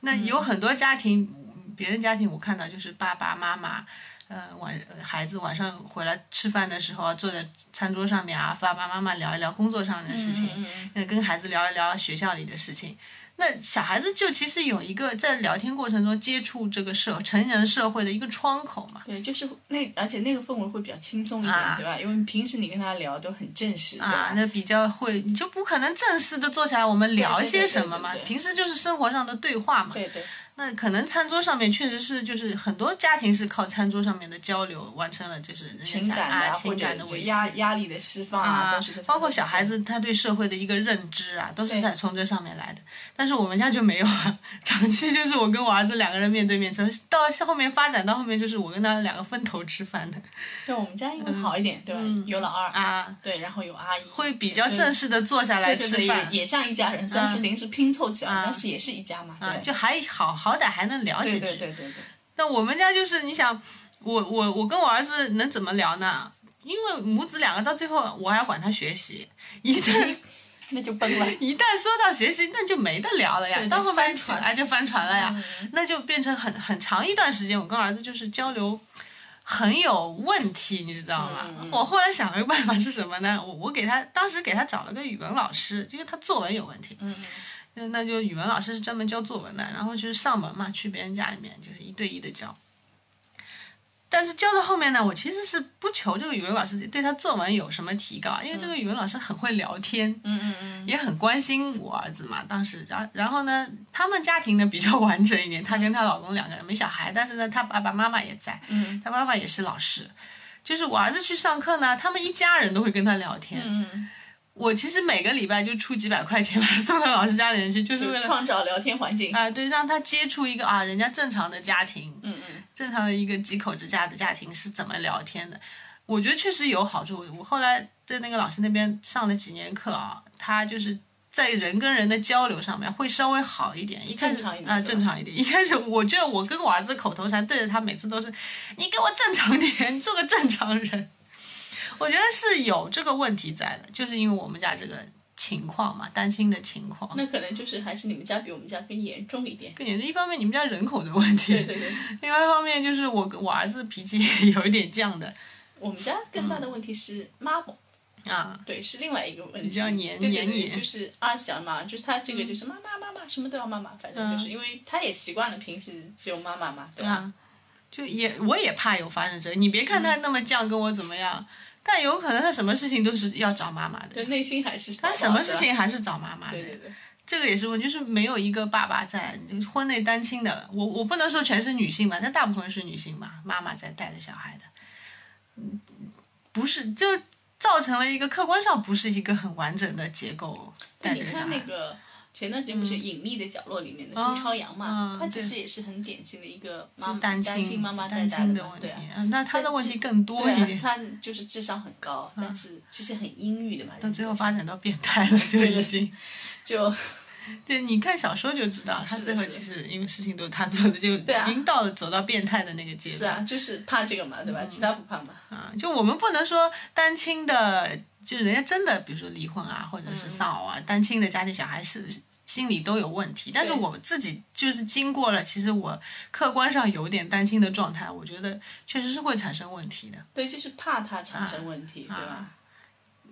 S4: 那有很多家庭，嗯别人家庭我看到就是爸爸妈妈。呃，晚呃孩子晚上回来吃饭的时候啊，坐在餐桌上面啊，爸爸妈妈聊一聊工作上的事情，
S2: 嗯
S4: 那跟孩子聊一聊学校里的事情。那小孩子就其实有一个在聊天过程中接触这个社成人社会的一个窗口嘛。
S2: 对，就是那而且那个氛围会比较轻松一点，
S4: 啊
S2: 对吧？因为平时你跟他聊都很正式，对
S4: 啊
S2: 吧，？
S4: 那比较会，你就不可能正式的坐下来我们聊一
S2: 对
S4: 些
S2: 对对
S4: 什么嘛
S2: 对对，对
S4: 平时就是生活上的对话嘛。
S2: 对对
S4: 那可能餐桌上面确实是，就是很多家庭是靠餐桌上面的交流完成了，就是人家
S2: 情感
S4: 啊
S2: 或
S4: 情感的
S2: 者
S4: 维系
S2: 压压力的释放
S4: 啊
S2: 都是在，
S4: 包括小孩子他对社会的一个认知啊，都是
S2: 对
S4: 在从这上面来的。但是我们家就没有啊，长期就是我跟我儿子两个人面对面吃，到后面发展到后面就是我跟他两个分头吃饭的
S2: 对，我们家因为好一点，对吧？有老二，
S4: 啊，
S2: 对，然后有阿姨，
S4: 会比较正式的坐下来
S2: 对
S4: 吃
S2: 对
S4: 饭。
S2: 对，也也像一家人，虽然是临时拼凑起来，但是也是一家嘛，
S4: 嗯啊，
S2: 对
S4: 就还好，好歹还能聊几
S2: 对
S4: 句。
S2: 对对对
S4: 那我们家就是你想，我我我跟我儿子能怎么聊呢？因为母子两个到最后，我还要管他学习。一旦
S2: 那就崩了。
S4: 一旦说到学习，那就没得聊了呀。
S2: 对
S4: 到后面
S2: 翻船嗯
S4: 啊，就翻船了呀。那就变成很很长一段时间，我跟儿子就是交流很有问题，你知道吗？
S2: 嗯嗯嗯
S4: 我后来想了个办法是什么呢？ 我我给他当时给他找了个语文老师，因为他作文有问题。
S2: 嗯，
S4: 那那就语文老师是专门教作文的，然后就是上门嘛，去别人家里面就是一对一的教。但是教到后面呢，我其实是不求这个语文老师对他作文有什么提高，因为这个语文老师很会聊天，
S2: 嗯嗯嗯，
S4: 也很关心我儿子嘛。当时，然然后呢，他们家庭呢比较完整一点，她跟她老公两个人没小孩，但是呢，她爸爸妈妈也在，
S2: 嗯，
S4: 她妈妈也是老师。就是我儿子去上课呢，他们一家人都会跟他聊天。
S2: 嗯，
S4: 我其实每个礼拜就出几百块钱把他送到老师家里面去，就是为
S2: 就
S4: 了
S2: 创造聊天环境。
S4: 啊，对，让他接触一个啊，人家正常的家庭，
S2: 嗯嗯，
S4: 正常的一个几口之家的家庭是怎么聊天的。我觉得确实有好处。我我后来在那个老师那边上了几年课啊，他就是在人跟人的交流上面会稍微好一点。一开始
S2: 正常一点
S4: 啊，
S2: 对吧
S4: 正常一点。一开始我觉得我跟我儿子口头禅对着他，每次都是你给我正常点，你 做个正常人。我觉得是有这个问题在的，就是因为我们家这个情况嘛，单亲的情况。
S2: 那可能就是还是你们家比我们家更严重一点。
S4: 更严重，一方面你们家人口的问题，
S2: 对对对，
S4: 另外一方面就是我我儿子脾气也有一点犟的，嗯
S2: 我们家更大的问题是妈宝，
S4: 啊，
S2: 对，是另外一个问题。
S4: 比较黏
S2: 对对
S4: 黏
S2: 对
S4: 你嗯
S2: 就是阿翔嘛，就是他这个就是妈妈妈妈什么都要妈妈，反正就是因为他也习惯了平时只有妈妈嘛，对吧？
S4: 啊，就也我也怕有发生这个。你别看他
S2: 嗯
S4: 那么犟，跟我怎么样，但有可能他什么事情都是要找妈妈的
S2: 就，内心还是
S4: 他
S2: 宝宝
S4: 什么
S2: 是
S4: 事
S2: 吧
S4: 情还是找妈妈的
S2: 对。对对，
S4: 这个也是问题，就是没有一个爸爸在，就是婚内单亲的，我我不能说全是女性吧，但大部分是女性吧，妈妈在带着小孩的，嗯，不是就造成了一个客观上不是一个很完整的结构带
S2: 但
S4: 着
S2: 你
S4: 小孩。
S2: 看那个前段时间不是《隐秘的角落》里面的
S4: 啊
S2: 朱朝阳嘛
S4: 啊，
S2: 他其
S4: 对
S2: 实也是很典型的一个妈
S4: 就
S2: 妈
S4: 单
S2: 亲
S4: 亲
S2: 妈妈带
S4: 单
S2: 大
S4: 亲
S2: 嘛
S4: 问
S2: 对
S4: 题
S2: 啊，
S4: 嗯，那他的问题更多一
S2: 对啊，
S4: 点，
S2: 他就是智商很高，但是其实很阴郁的嘛，
S4: 嗯到最后发展到变态了，就已 经。
S2: 就
S4: 就你看小说就知道，他
S2: 是
S4: 最
S2: 的
S4: 后
S2: 是的
S4: 其实因为事情都是他做的，就已
S2: 对啊
S4: 经到了走到变态的那个阶
S2: 是
S4: 段。
S2: 啊，就是怕这个嘛，
S4: 嗯
S2: 对吧？其他不怕嘛，
S4: 啊，就我们不能说单亲的，就人家真的，比如说离婚啊，或者
S2: 嗯
S4: 是丧偶啊，单亲的家庭小孩是心理都有问题。但是
S2: 对
S4: 我们自己就是经过了，其实我客观上有点单亲的状态，我觉得确实是会产生问题的。
S2: 对，就是怕他产
S4: 嗯
S2: 生问题，对吧？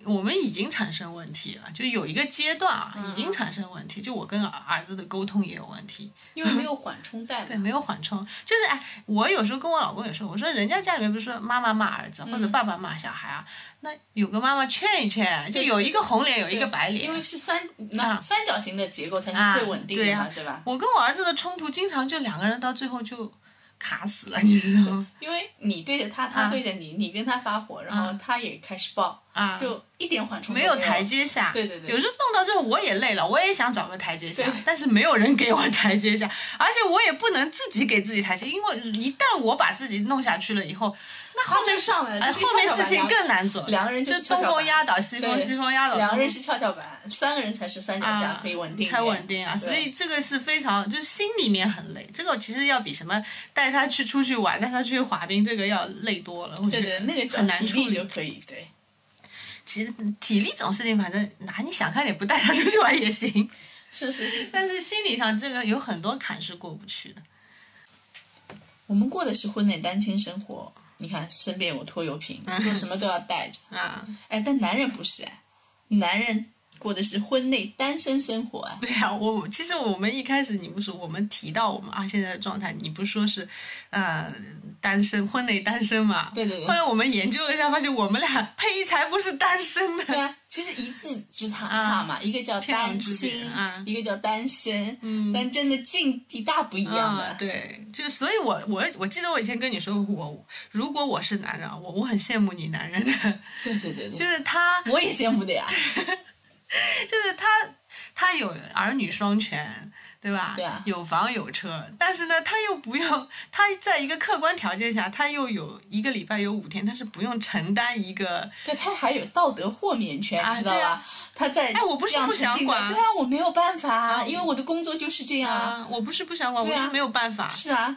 S4: 我们已经产生问题了，就有一个阶段啊，
S2: 嗯
S4: 已经产生问题。就我跟儿子的沟通也有问题，
S2: 因为没有缓冲带
S4: 对，
S2: 嘛，
S4: 没有缓冲。就是哎，我有时候跟我老公也说，我说人家家里面不是说妈妈骂儿子或者
S2: 嗯
S4: 爸爸骂小孩啊，那有个妈妈劝一劝，就有一个红脸有一个白脸
S2: 因。为是三那
S4: 啊
S2: 三角形的结构才
S4: 啊
S2: 是最稳定的嘛，
S4: 对
S2: 对吧？
S4: 我跟我儿子的冲突经常就两个人到最后就卡死了，你知道吗？
S2: 因为你对着他，他
S4: 嗯
S2: 对着你，你跟他发火，然后他也开始爆，
S4: 啊，
S2: 就一点缓冲
S4: 嗯
S2: 都
S4: 没有台。阶下。
S2: 对对对
S4: 有时候弄到最后我也累了，我也想找个台阶下
S2: 对，
S4: 但是没有人给我台阶下， 而且我也不能自己给自己台阶，因为一旦我把自己弄下去了以后，那
S2: 他
S4: 后
S2: 就
S4: 面
S2: 上来
S4: 哎
S2: 呃了，就是
S4: 后面
S2: 跷
S4: 事
S2: 跷板
S4: 情更难走。
S2: 两个人就
S4: 就是东风压倒西风，
S2: 对
S4: 西风压倒东风
S2: 两个人是跷跷板，三个人才是三脚架，
S4: 啊
S2: 可以稳定一点，
S4: 嗯才稳定啊！
S2: 对
S4: 所以这个是非常，就是心里面很累。这个其实要比什么带他去出去玩、带他去滑冰这个要累多了。我觉
S2: 对
S4: 得
S2: 对，那个
S4: 很难
S2: 转体
S4: 处
S2: 力
S4: 理
S2: 就。可以，对，
S4: 其实体力这种事情，反正哪你想开点，不带他出去玩也行。
S2: 是是是。是
S4: 但是心理上这个有很多坎是过不去的。
S2: 我们过的是婚内单亲生活，你看身边有拖油瓶，
S4: 嗯
S2: 做什么都要带着，
S4: 啊，
S2: 哎，但男人不是哎，男人过的是婚内单身生活哎，
S4: 对啊，我其实我们一开始你不说，我们提到我们啊现在的状态，你不说是，呃，单身婚内单身嘛？
S2: 对对对
S4: 后来我们研究了一下，发现我们俩呸才不是单身呢。
S2: 对啊，其实一字之差差嘛，一个叫单
S4: 啊天
S2: 亲
S4: 壤之别啊，
S2: 一个叫单身，但真的境地大不一样
S4: 啊，
S2: 的。
S4: 对，就所以我，我我记得我以前跟你说，我如果我是男人，啊，我我很羡慕你男人的，
S2: 对对对
S4: 就
S2: 对，
S4: 是他，
S2: 我也羡慕的呀。
S4: 就是他，他有儿女双全，对吧？
S2: 对啊
S4: 有房有车，但是呢，他又不用，他在一个客观条件下，他又有一个礼拜有五天，他是不用承担一个，
S2: 对他还有道德豁免权，
S4: 啊
S2: 你知道
S4: 对
S2: 吧
S4: 啊？
S2: 他在
S4: 哎我不是
S2: 这样
S4: 不想
S2: 沉浸的
S4: 管嗯
S2: 对啊，我没有办法啊，因为我的工作就是这样啊。
S4: 啊，我不是不想管，
S2: 对啊
S4: 我是没有办法，
S2: 是啊，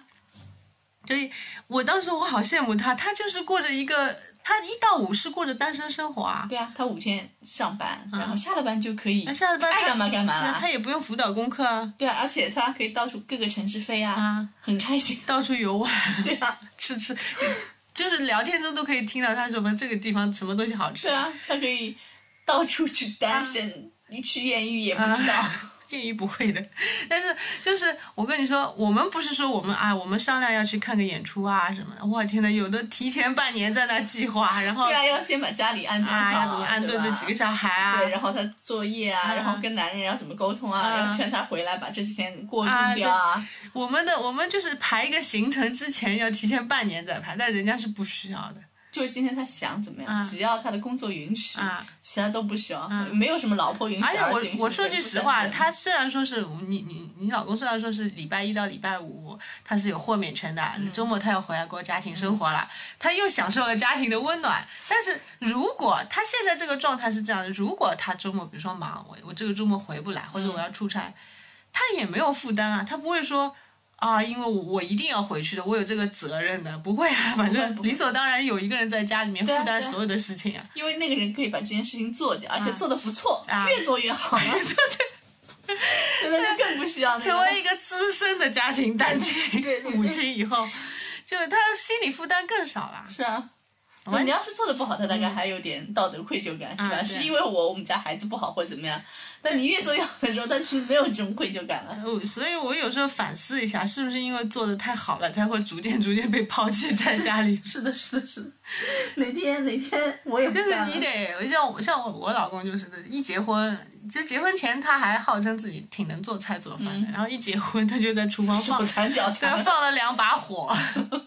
S4: 所以我当时我好羡慕他，他就是过着一个，他一到五是过着单身生活啊，
S2: 对啊，他五天上班，然后下了班就可
S4: 嗯
S2: 以
S4: 那下了班
S2: 爱
S4: 他
S2: 干嘛干嘛
S4: 对啊，
S2: 啦
S4: 他。也不用辅导功课啊，
S2: 对啊，而且他可以到处各个城市飞啊
S4: 啊，
S2: 很开心。
S4: 到处游玩，
S2: 对啊，
S4: 吃吃， 就是聊天中都可以听到他什么这个地方什么东西好吃，
S2: 对啊，他可以到处去
S4: 啊
S2: 单身，你去艳遇也不 知道。
S4: 建议不会的， 但是就是我跟你说，我们不是说我们啊，我们商量要去看个演出啊什么的。我天呐，有的提前半年在那计划， 然后
S2: 对啊，要先把家里安顿
S4: 啊
S2: 好啊，
S4: 要怎么安顿
S2: 对
S4: 这
S2: 吧
S4: 几个小嗯孩啊
S2: 对，然后他作业啊，然后跟男人要怎么沟通啊，
S4: 啊
S2: 要劝他回来把这几天过渡掉啊。
S4: 我们的我们就是排一个行程之前要提前半年再排，但人家是不需要的。
S2: 就是今天他想怎么样，
S4: 啊
S2: 只要他的工作允许，
S4: 啊
S2: 其他都不需要，没有什么老婆允
S4: 嗯
S2: 许。啊
S4: 而且
S2: 儿子允许
S4: 我我说句实话，
S2: 对不
S4: 他虽然说是你你你老公虽然说是礼拜一到礼拜五他是有豁免权的，
S2: 嗯
S4: 周末他要回来过家庭生活了，他又享受了家庭的温暖。但是如果他现在这个状态是这样的，如果他周末比如说忙，我我这个周末回不来，或者我要
S2: 嗯
S4: 出差，他也没有负担啊，他不会说。啊，因为我我一定要回去的，我有这个责任的，不会啊，反
S2: 不
S4: 正
S2: 会
S4: 理所当然有一个人在家里面
S2: 对啊
S4: 负担
S2: 对啊
S4: 所有的事情啊，
S2: 因为那个人可以把这件事情做掉，而且做的不错，
S4: 啊
S2: 越做越 好了。对对， 那就更不需要那个
S4: 成为一个资深的家庭单亲
S2: 对对对
S4: 母亲以后，就是他心理负担更少啦。
S2: 是啊，你要是做的不好，他大概还有点道德愧疚感，是吧？
S4: 嗯啊对
S2: 是因为我我们家孩子不好或者怎么样。但你越做越好的时候，他其实没有这种愧疚 感了。
S4: 我哦所以，我有时候反思一下，是不是因为做的太好了，才会逐渐逐渐被抛弃在家 里？
S2: 是的，是的，是的。哪天哪天我也不
S4: 就是
S2: 干
S4: 你
S2: 了
S4: 得像我像我我老公就是的，一结婚就结婚前他还号称自己挺能做菜做饭的，然后一结婚他就在厨房放
S2: 手 残脚残
S4: 对，嗯放了两把 火，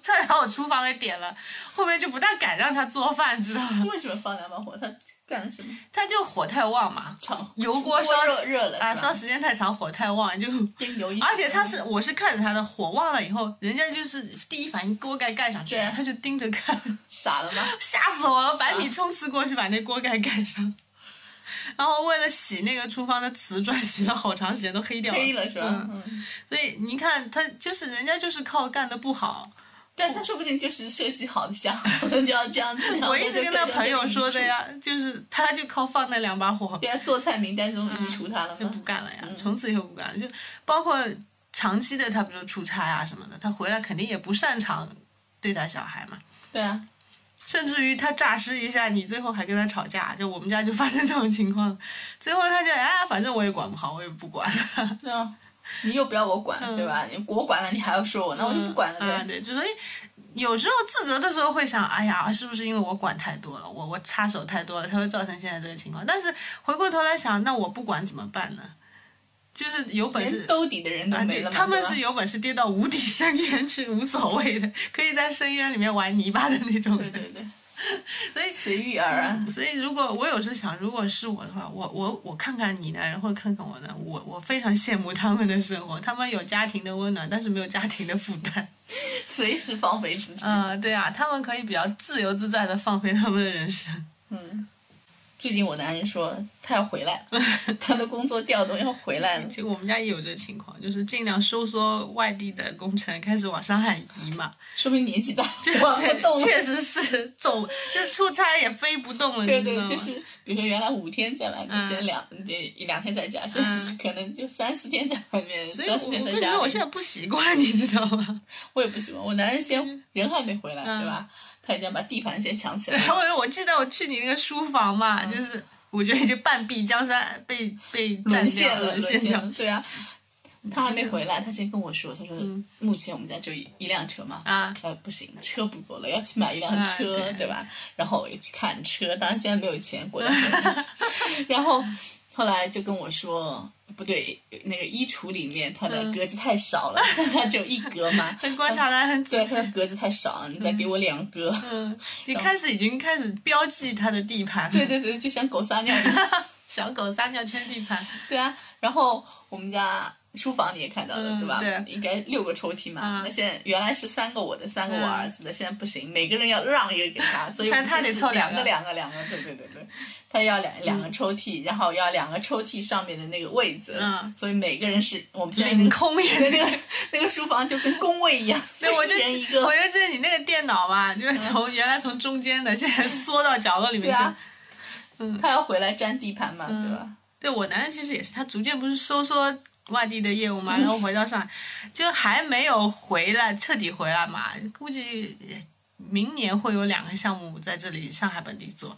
S4: 再把我厨房给点了，后面就不大敢让他做饭，知道吗？
S2: 为什么放两把火？他干了什么？
S4: 他就火太旺嘛，
S2: 炒
S4: 油锅烧
S2: 热热了
S4: 啊，
S2: 是吧
S4: 烧时间太长，火太旺就。
S2: 跟油一样嗯
S4: 而且他是，我是看着他的火旺了以后，人家就是第一反应锅盖盖上去
S2: 对啊，
S4: 他就盯着看，
S2: 傻了吗？
S4: 吓死我了！百
S2: 啊
S4: 米冲刺过去把那锅盖盖上，然后为了洗那个厨房的瓷砖， 洗了好长时间，都黑掉了。
S2: 黑了是吧？
S4: 嗯，
S2: 嗯。
S4: 所以你看他就是人家就是靠干的不好，
S2: 但他说不定就是设计好的想法， 就要这样子。然后
S4: 我一直
S2: 就
S4: 跟
S2: 可以
S4: 他
S2: 让
S4: 朋友说的
S2: 移除。
S4: 呀，就是他就靠放那两把火
S2: 对啊，做菜名单中移除他了
S4: 就
S2: 吗
S4: 嗯不？干了呀，
S2: 嗯
S4: 从此以后不干了。就包括长期的，他不就出差啊什么的，他回来肯定也不擅长对待小孩嘛。
S2: 对啊，
S4: 甚至于他诈尸一下，你最后还跟他吵架，就我们家就发生这种情况。最后他就哎，反正我也管不好，我也不管了，
S2: 对啊，你又不要我
S4: 嗯
S2: 管，对吧？你我管了，你还要说我，那我就不管了
S4: 啊，
S2: 呗。
S4: 对，就所以有时候自责的时候会想，哎呀，是不是因为我管太多了，我我插手太多了，才会造成现在这个情况？但是回过头来想，那我不管怎么办呢？嗯就是有本事
S2: 连。兜底的人都
S4: 啊，
S2: 没
S4: 对，
S2: 了嘛，
S4: 他们
S2: 对吧
S4: 是有本事跌到无底深渊去，无所谓的，可以在深渊里面玩泥巴的那种
S2: 对
S4: 人。
S2: 对
S4: 所以嗯
S2: 对，随遇而安。
S4: 所以，如果我有时想，如果是我的话，我我我看看你呢，然后看看我呢，我我非常羡慕他们的生活，他们有家庭的温暖，但是没有家庭的负担。
S2: 随时放飞自己。
S4: 嗯、对啊，他们可以比较自由自在的放飞他们的人生。
S2: 嗯，最近我男人说他要回来 了，他的工作调动要回来了
S4: 其。实我们家也有这个情况，就是尽量收缩外地的工程，开始往上海移 嘛。
S2: 说明年纪大，
S4: 就
S2: 玩不动了。
S4: 确实是走，就是出差也飞不动了，
S2: 对
S4: 你知道
S2: 对，
S4: 吗
S2: 就是比如说原来五天在外面，
S4: 嗯
S2: 现在两就一两天在家，现在是可能就三四天在外面，
S4: 所以
S2: 三
S4: 我
S2: 四
S4: 我
S2: 天
S4: 跟你
S2: 在家里。
S4: 说，我现在不习惯， 你知道吗？
S2: 我也不喜欢，我男人先人还没回来，
S4: 嗯
S2: 对吧？他已经把地盘先抢起来
S4: 然
S2: 了。
S4: 后我记得我去你那个书房嘛，就是我觉得已经半壁江山被被占
S2: 嗯沦陷
S4: 掉
S2: 了，沦
S4: 陷
S2: 陷
S4: 掉
S2: 了，对 啊。他还没回来，他先跟我说，他说
S4: 嗯
S2: 目前我们家就一一辆车嘛，
S4: 啊
S2: 呃不行，车不够了，要去买一辆
S4: 啊
S2: 车，
S4: 对
S2: 对吧？然后我又去看车，当然现在没有钱，过 两天。然后后来就跟我说，不对，那个衣橱里面它的格子太少了，它只有一格嘛，
S4: 嗯 很观察的很仔
S2: 嗯对，
S4: 细
S2: 它，的格子太少了，你再给我两格。
S4: 嗯，你开始已经开始标记他的地盘，
S2: 对，对对，就像狗撒尿一样。
S4: 小狗撒尿圈地盘，
S2: 对啊，然后我们家书房你也看到了，
S4: 嗯
S2: 对吧？
S4: 对
S2: 应该六个抽屉嘛。
S4: 嗯
S2: 那现在原来是三个我的，三个我儿子的，现在不行，每个人要让一个给 他，所以我
S4: 但
S2: 们
S4: 他
S2: 现在
S4: 得
S2: 是
S4: 凑
S2: 两
S4: 两
S2: 个
S4: 个
S2: 两个两个，对对对对，他要两两个抽屉，然后要两个抽屉上面的那个位子，
S4: 嗯
S2: 所以每个人是我们现在
S4: 凌空也
S2: 对那个 那个书房就跟工位一样，
S4: 对， 我就
S2: 一人一个嗯
S4: 我，就记得你那个电脑嘛，就是从原来从中间的，现在缩到角落里面
S2: 对
S4: 去。
S2: 啊，
S4: 嗯
S2: 他要回来占地盘嘛，对吧？
S4: 对我男人其实也是，他逐渐不是收缩外地的业务嘛，然后回到上海，就还没有回来彻底回来嘛，估计明年会有两个项目在这里上海本地做。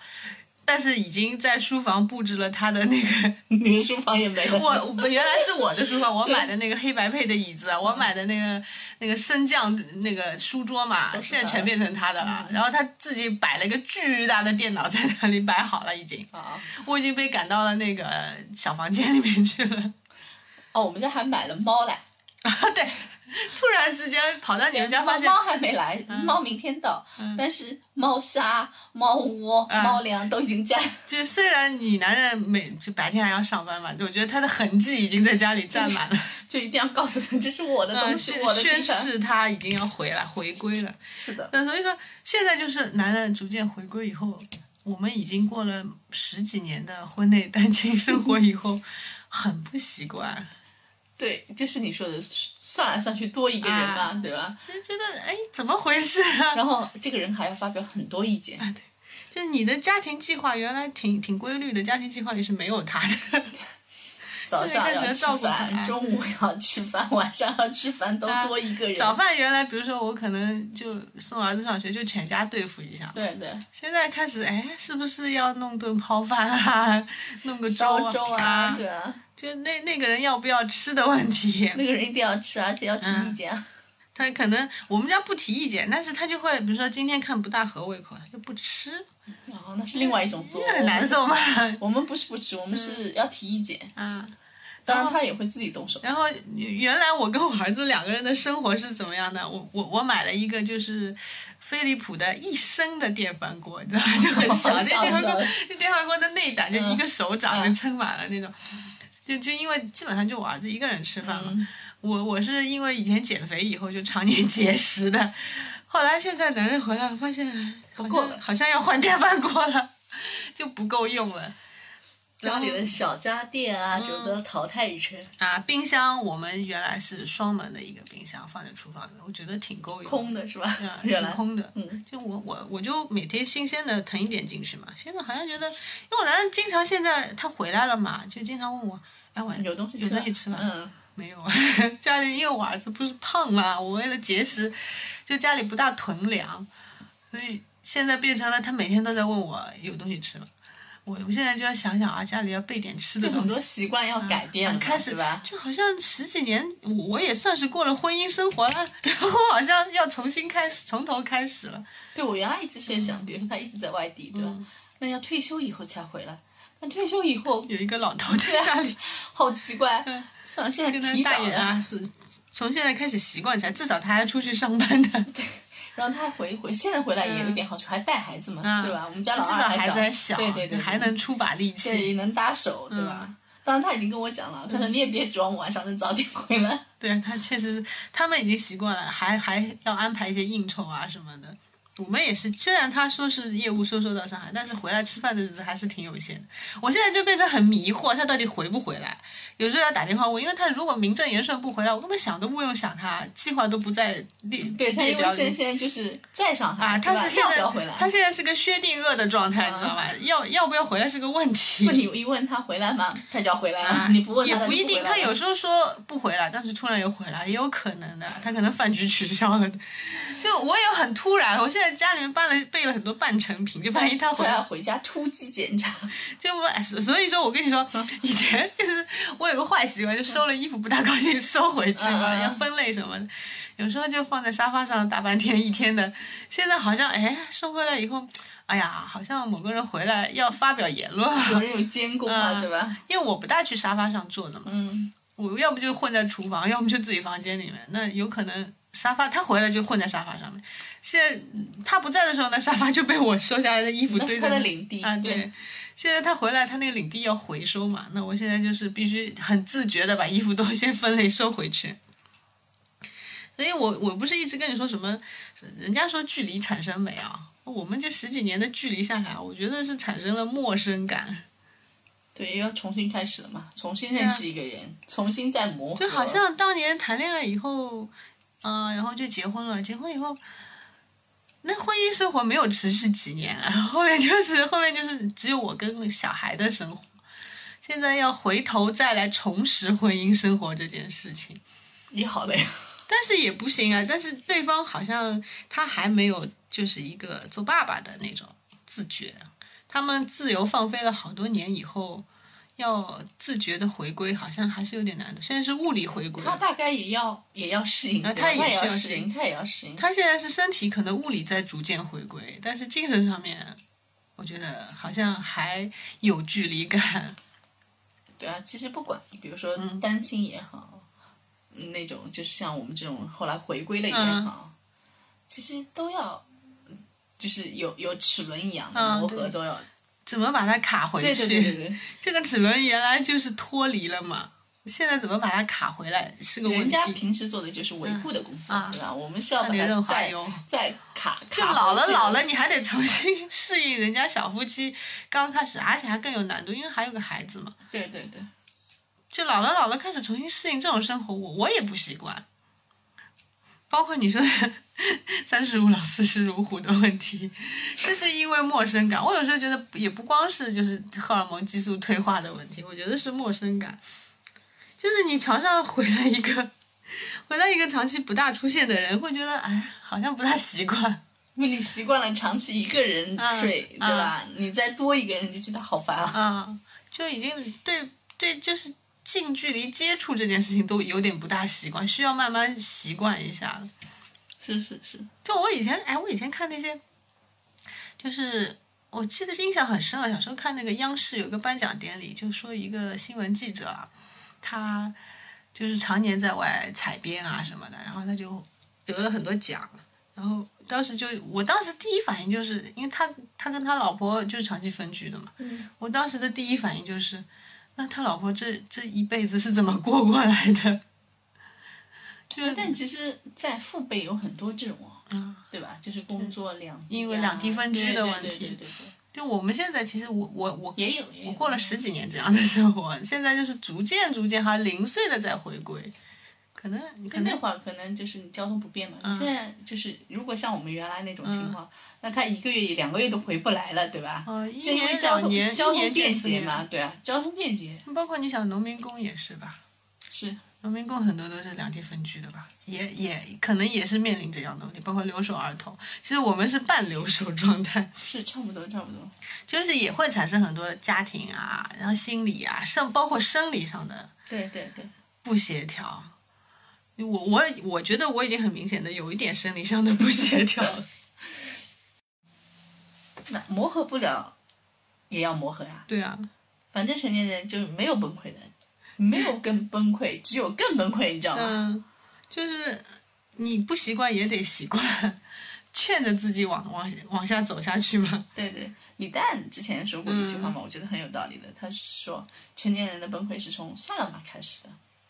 S4: 但是已经在书房布置了他的那个，
S2: 你的书房也没了，
S4: 我我原来是我的书房，我买的那个黑白配的椅子，啊我买的那个那个升降那个书桌嘛，
S2: 都是
S4: 现在
S2: 他嗯
S4: 全
S2: 的
S4: 变成他的了。然后他自己摆了一个巨大的电脑在那里摆好了，已经。
S2: 啊。
S4: 我已经被赶到了那个小房间里面去了。
S2: 哦，我们家还买了猫来。
S4: 啊，对，突然之间跑到你们家，发现嗯
S2: 猫还没来，猫明天到，但是猫砂、猫窝、
S4: 嗯
S2: 猫粮都已经在，
S4: 就虽然你男人每就白天还要上班嘛，我觉得他的痕迹已经在家里占满了，
S2: 就一定要告诉他这是我的东
S4: 嗯，
S2: 西，
S4: 宣
S2: 我的地
S4: 宣
S2: 盘。
S4: 誓他已经要回来回归了。
S2: 是的，
S4: 那所以说，现在就是男人逐渐回归以后，我们已经过了十几年的婚内单亲生活以后， 很不习惯，
S2: 对，就是你说的，算来算去多一个人嘛，
S4: 啊
S2: 对吧？
S4: 就觉得哎，怎么回事啊？
S2: 然后这个人还要发表很多意见，
S4: 啊，对，就是你的家庭计划原来挺挺规律的，家庭计划里是没有他的，
S2: 早上要吃
S4: 照顾
S2: 饭，
S4: 他
S2: 中午要吃饭，晚上要吃饭，都
S4: 啊
S2: 多一个人。
S4: 早饭原来比如说我可能就送儿子上学就全家对付一下，
S2: 对对，
S4: 现在开始哎是不是要弄顿泡饭啊，弄个粥
S2: 烧
S4: 啊，
S2: 粥啊，对啊，
S4: 就那那个人要不要吃的问题，
S2: 那个人一定要吃，而且要提意
S4: 嗯
S2: 见啊。
S4: 他可能我们家不提意见，但是他就会比如说今天看不大合胃口，他就不吃，
S2: 哦，那是另外一种做，
S4: 嗯那很难受嘛。嗯
S2: 我们不是不吃，我们是要提意见，
S4: 啊。
S2: 当然他也会自己动手。
S4: 然后原来我跟我儿子两个人的生活是怎么样的？我我我买了一个就是飞利浦的一升的电饭锅，你知道吗？就很小，那
S2: 小
S4: 电饭锅
S2: 的
S4: 那电饭锅的内胆就一个手掌
S2: 嗯
S4: 能撑满了那种。就就因为基本上就我儿子一个人吃饭嘛，
S2: 嗯
S4: 我我是因为以前减肥以后就常 年节食的，后来现在男人回来了，发现不
S2: 够了
S4: 好像要换电饭锅了，就不够用了。
S1: 家里的小家电
S4: 嗯
S1: 啊，值得淘汰一圈。
S4: 啊，冰箱我们原来是双门的一个冰箱放在厨房里，我觉得挺够用，
S2: 空的是吧？
S4: 啊，
S2: 原
S4: 挺
S2: 来
S4: 空的。
S2: 嗯，
S4: 就我我我就每天新鲜的腾一点进去嘛。现在好像觉得，因为我男人经常现在他回来了嘛，就经常问我，哎，我
S2: 有东西
S4: 有
S2: 吃
S4: 东西吃吗？
S2: 嗯，
S4: 没有啊，家里因为我儿子不是胖嘛，我为了节食，就家里不大囤粮，所以现在变成了他每天都在问我有东西吃吗？我我现在就要想想啊，家里要备点吃的
S2: 就
S4: 东
S2: 很
S4: 西
S2: 多。习惯要改变
S4: 啊
S2: 嘛，
S4: 开始
S2: 对吧？
S4: 就好像十几年，我我也算是过了婚姻生活了， 然后好像要重新开始，从头开始了。
S2: 对我原来一直是
S4: 嗯
S2: 想，比如说他一直在外地，对吧？那要退休以后才回来。那退休以后
S4: 有一个老头在那里，
S2: 好奇怪，像现
S4: 嗯跟
S2: 在
S4: 他
S2: 提
S4: 大
S2: 早
S4: 爷
S2: 了，
S4: 啊，是从现在开始习惯起来，至少他还出去上班的，
S2: 然后他回回现在回来也有点好处，还带孩子嘛，
S4: 嗯
S2: 对吧？我们家老
S4: 至
S2: 二
S4: 少孩子还
S2: 小，
S4: 小，
S2: 啊对对对，
S4: 还能嗯出把力
S2: 对
S4: 气。
S2: 能搭手，对吧？当然他已经跟我讲了，
S4: 嗯
S2: 他说你也别指望我晚上能早点回来，
S4: 对他确实是，他们已经习惯了，还还要安排一些应酬啊什么的。我们也是，虽然他说是业务收收到上海，但是回来吃饭的日子还是挺有限的。我现在就变成很迷惑，他到底回不回来？有时候要打电话问，因为他如果名正言顺不回来，我根本想都不用想他，计划都不在列
S2: 对他
S4: 列
S2: 因为
S4: 表
S2: 现在
S4: 里。
S2: 现在就是在上海
S4: 啊，他
S2: 对吧
S4: 是现
S2: 要不
S4: 在
S2: 要回来？
S4: 他现在是个薛定谔的状态，
S2: 啊
S4: 你知道吧？要要不要回来是个问题。
S2: 问你一问他回来吗？他就要回来了， 你不
S4: 啊
S2: 问
S4: 也
S2: 他
S4: 不一定，
S2: 他
S4: 他
S2: 就回来了
S4: 有时候说不回来，但是突然又回来，也有可能的。他可能饭局取消了，就我也很突然。我现在家里面办了备了很多半成品，就万一他回
S2: 回 来
S4: 来，
S2: 回家突击 检查，
S4: 就我哎所所以说我跟你 说，以前就是我有个坏习惯，就收了衣服不大高兴收回去嘛，
S2: 嗯嗯嗯
S4: 要分类什么的，有时候就放在沙发上大半天一天的。现在好像哎收回来以后，哎呀，好像某个人回来要发表言论，
S2: 有人有监控啊，
S4: 嗯
S2: 对吧？
S4: 因为我不大去沙发上坐着嘛。
S2: 嗯，
S4: 我要么就混在厨房，要么就自己房间里面。那有可能沙发他回来就混在沙发上面。现在嗯他不在的时候呢，沙发就被我收下来的衣服
S2: 那
S4: 堆
S2: 是
S4: 在
S2: 他的
S4: 那
S2: 领地
S4: 啊，对。
S2: 对
S4: 现在他回来，他那个领地要回收嘛，那我现在就是必须很自觉的把衣服都 先分类收回去。所以我我不是一直跟你说什么，人家说距离产生美啊，我们这十几年的距离下来，我觉得是产生了陌生感。
S2: 对，要重新开始了嘛，重新认识一个人，重新再磨合，
S4: 啊就好像当年谈恋爱以后，嗯、然后就结婚了。结婚以后，那婚姻生活没有持续几年啊， 后面就是后面就是只有我跟小孩的生活。现在要回头再来重拾婚姻生活这件事情，
S2: 也好累。
S4: 但是也不行啊。但是对方好像他还没有就是一个做爸爸的那种自觉，他们自由放飞了好多年以后。要自觉的回归，好像还是有点难度。现在是物理回归，
S2: 他大概也要也要适应，
S4: 啊
S2: 对吧
S4: 他
S2: 他
S4: 也
S2: 也要
S4: 是要
S2: 适应，他也要适应。
S4: 他现在是身体可能物理在逐渐回归，但是精神上面，我觉得好像还有距离感。
S2: 对啊，其实不管，比如说
S4: 嗯
S2: 单亲也好，嗯那种就是像我们这种后来回归了也
S4: 嗯
S2: 好，其实都要，就是有有齿轮一样的
S4: 嗯
S2: 磨合
S4: 对
S2: 都要。
S4: 怎么把它卡回
S2: 对
S4: 去？
S2: 对对对对。
S4: 这个齿轮原来就是脱离了嘛，现在怎么把它卡回来是个问
S2: 人
S4: 题。
S2: 家平时做的就是维护的工作，
S4: 嗯啊
S2: 对吧？我们是要把
S4: 那你
S2: 它
S4: 润滑
S2: 再
S4: 油
S2: 再卡
S4: 就
S2: 卡
S4: 老
S2: 回
S4: 了
S2: 去
S4: 老了，你还得重新 适应人家小夫妻刚开始，而且还更有难度，因为还有个孩子嘛。
S2: 对对对，
S4: 就老了老了开始重新适应这种生活，我我也不习惯。包括你说的 “三十如老，四十如虎”的问题，这是因为陌生感。我有时候觉得也不光是就是荷尔蒙激素退化的问题，我觉得是陌生感。就是你床上回来一个，回来一个长期不大出现的人，会觉得哎，好像不大习惯。
S2: 因为你习惯了长期一个人
S4: 嗯
S2: 睡，对吧？你再多一个人，你就觉得好烦啊。
S4: 啊，就已经对对，就是近距离接触这件事情都有点不大习惯，需要慢慢习惯一下了。
S2: 是是是，
S4: 就我以前，哎，我以前看那些，就是我记得印象很深啊，小时候看那个央视有一个颁奖典礼，就说一个新闻记者啊，他就是常年在外采编啊什么的，然后他就得了很多奖，然后当时就我当时第一反应就是，因为他他跟他老婆就是长期分居的嘛，我当时的第一反应就是，那他老婆这这一辈子是怎么过过来的？ 就是
S2: 但其实，在父辈有很多这种啊，对吧？就是工作两地啊
S4: 因为两地分居的问题
S2: 对对对对对
S4: 就我们现在其实我我我
S2: 也有也有
S4: 我过了十几年这样的生活，现在就是逐渐逐渐，还零碎的在回归。可能可
S2: 可那
S4: 能嗯
S2: 会儿可能就是你交通不便嘛，你现在就是如果像我们原来那种情况，那他一个月、两个月都回不来了，对吧？
S4: 呃一
S2: 就因为
S4: 年
S2: 交
S4: 两
S2: 通
S4: 年
S2: 交
S4: 一年
S2: 通
S4: 见
S2: 便
S4: 四
S2: 捷
S4: 面
S2: 嘛，对啊，交通便捷
S4: 包括你想农民工也是吧？
S2: 是
S4: 农民工很多都是两地分居的吧？也也可能也是面临这样的问题，包括留守儿童。其实我们是半留守状态，
S2: 是差不多差不多，
S4: 就是也会产生很多家庭啊，然后心理啊，甚包括生理上的
S2: 对对对，
S4: 不协调。我我我觉得我已经很明显的有一点生理上的不协调了。
S2: 那磨合不了也要磨合呀、
S4: 对啊，
S2: 反正成年人就没有崩溃的，没有更崩溃，只有更崩溃，你知道吗？
S4: 嗯，就是你不习惯也得习惯，劝着自己往往往下走下去嘛。
S2: 对对，李诞之前说过一句话
S4: 嗯
S2: 嘛，我觉得很有道理的，他是说成年人的崩溃是从算了吧开始的，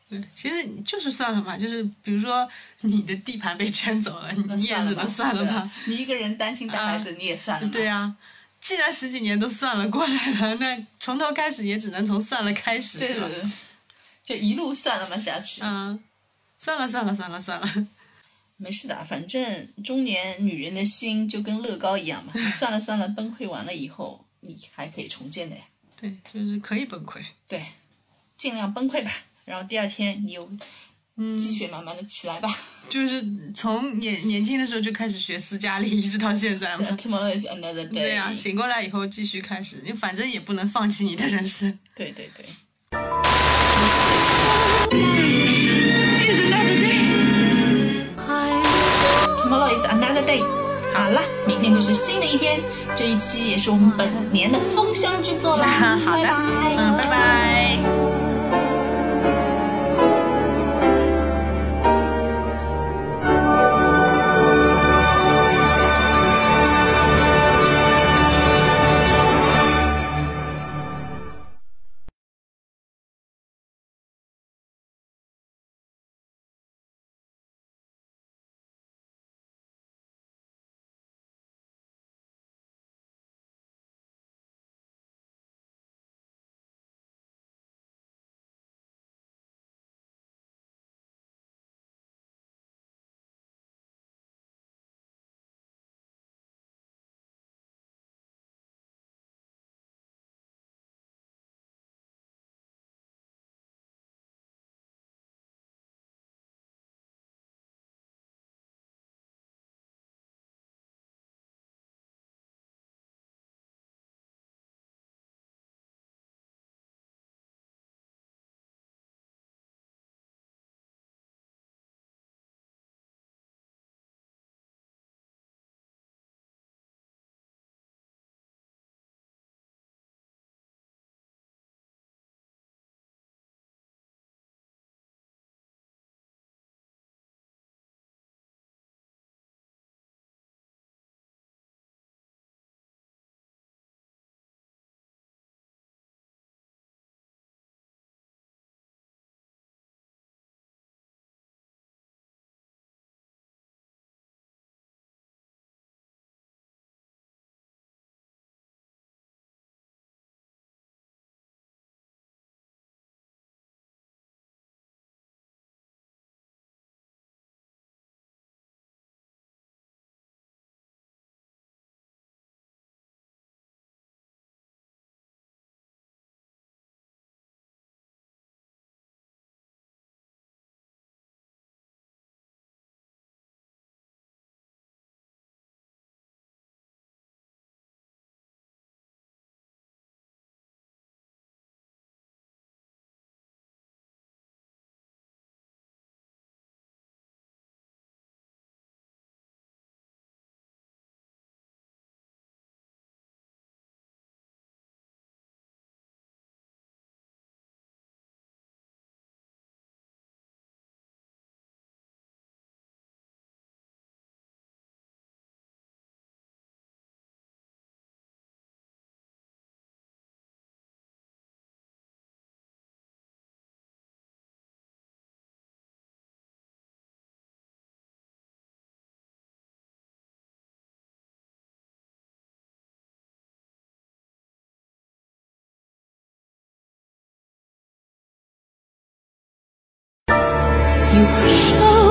S4: 对，其实你就是算了嘛，就是比如说你的地盘被圈走了， 你也只能算了吧。
S2: 对。啊你一个人单亲带孩子，你也算了吧。
S4: 对啊，既然十几年都算了过来了，那从头开始也只能从算了开始，
S2: 对
S4: 是吧
S2: 对？对，就一路算了嘛下去。
S4: 嗯，算了算了算了算了，
S2: 没事的，反正中年女人的心就跟乐高一样嘛， 你算了算了，崩溃完了以后，你还可以重建的呀。
S4: 对，就是可以崩溃。
S2: 对，尽量崩溃吧，然后第二天你又
S4: 嗯，
S2: 积雪满满的起来吧。
S4: 就是从年年轻的时候就开始学斯嘉丽，一直到现在嘛。
S2: Tomorrow is another day。
S4: 对呀、啊醒过来以后继续开始，你反正也不能放弃你的人生。
S2: 对对对。Tomorrow is another day。好了，明天就是新的一天。这一期也是我们本年的封箱之作啦。
S4: 好的
S2: 拜拜。
S4: 嗯，拜拜。
S5: 手。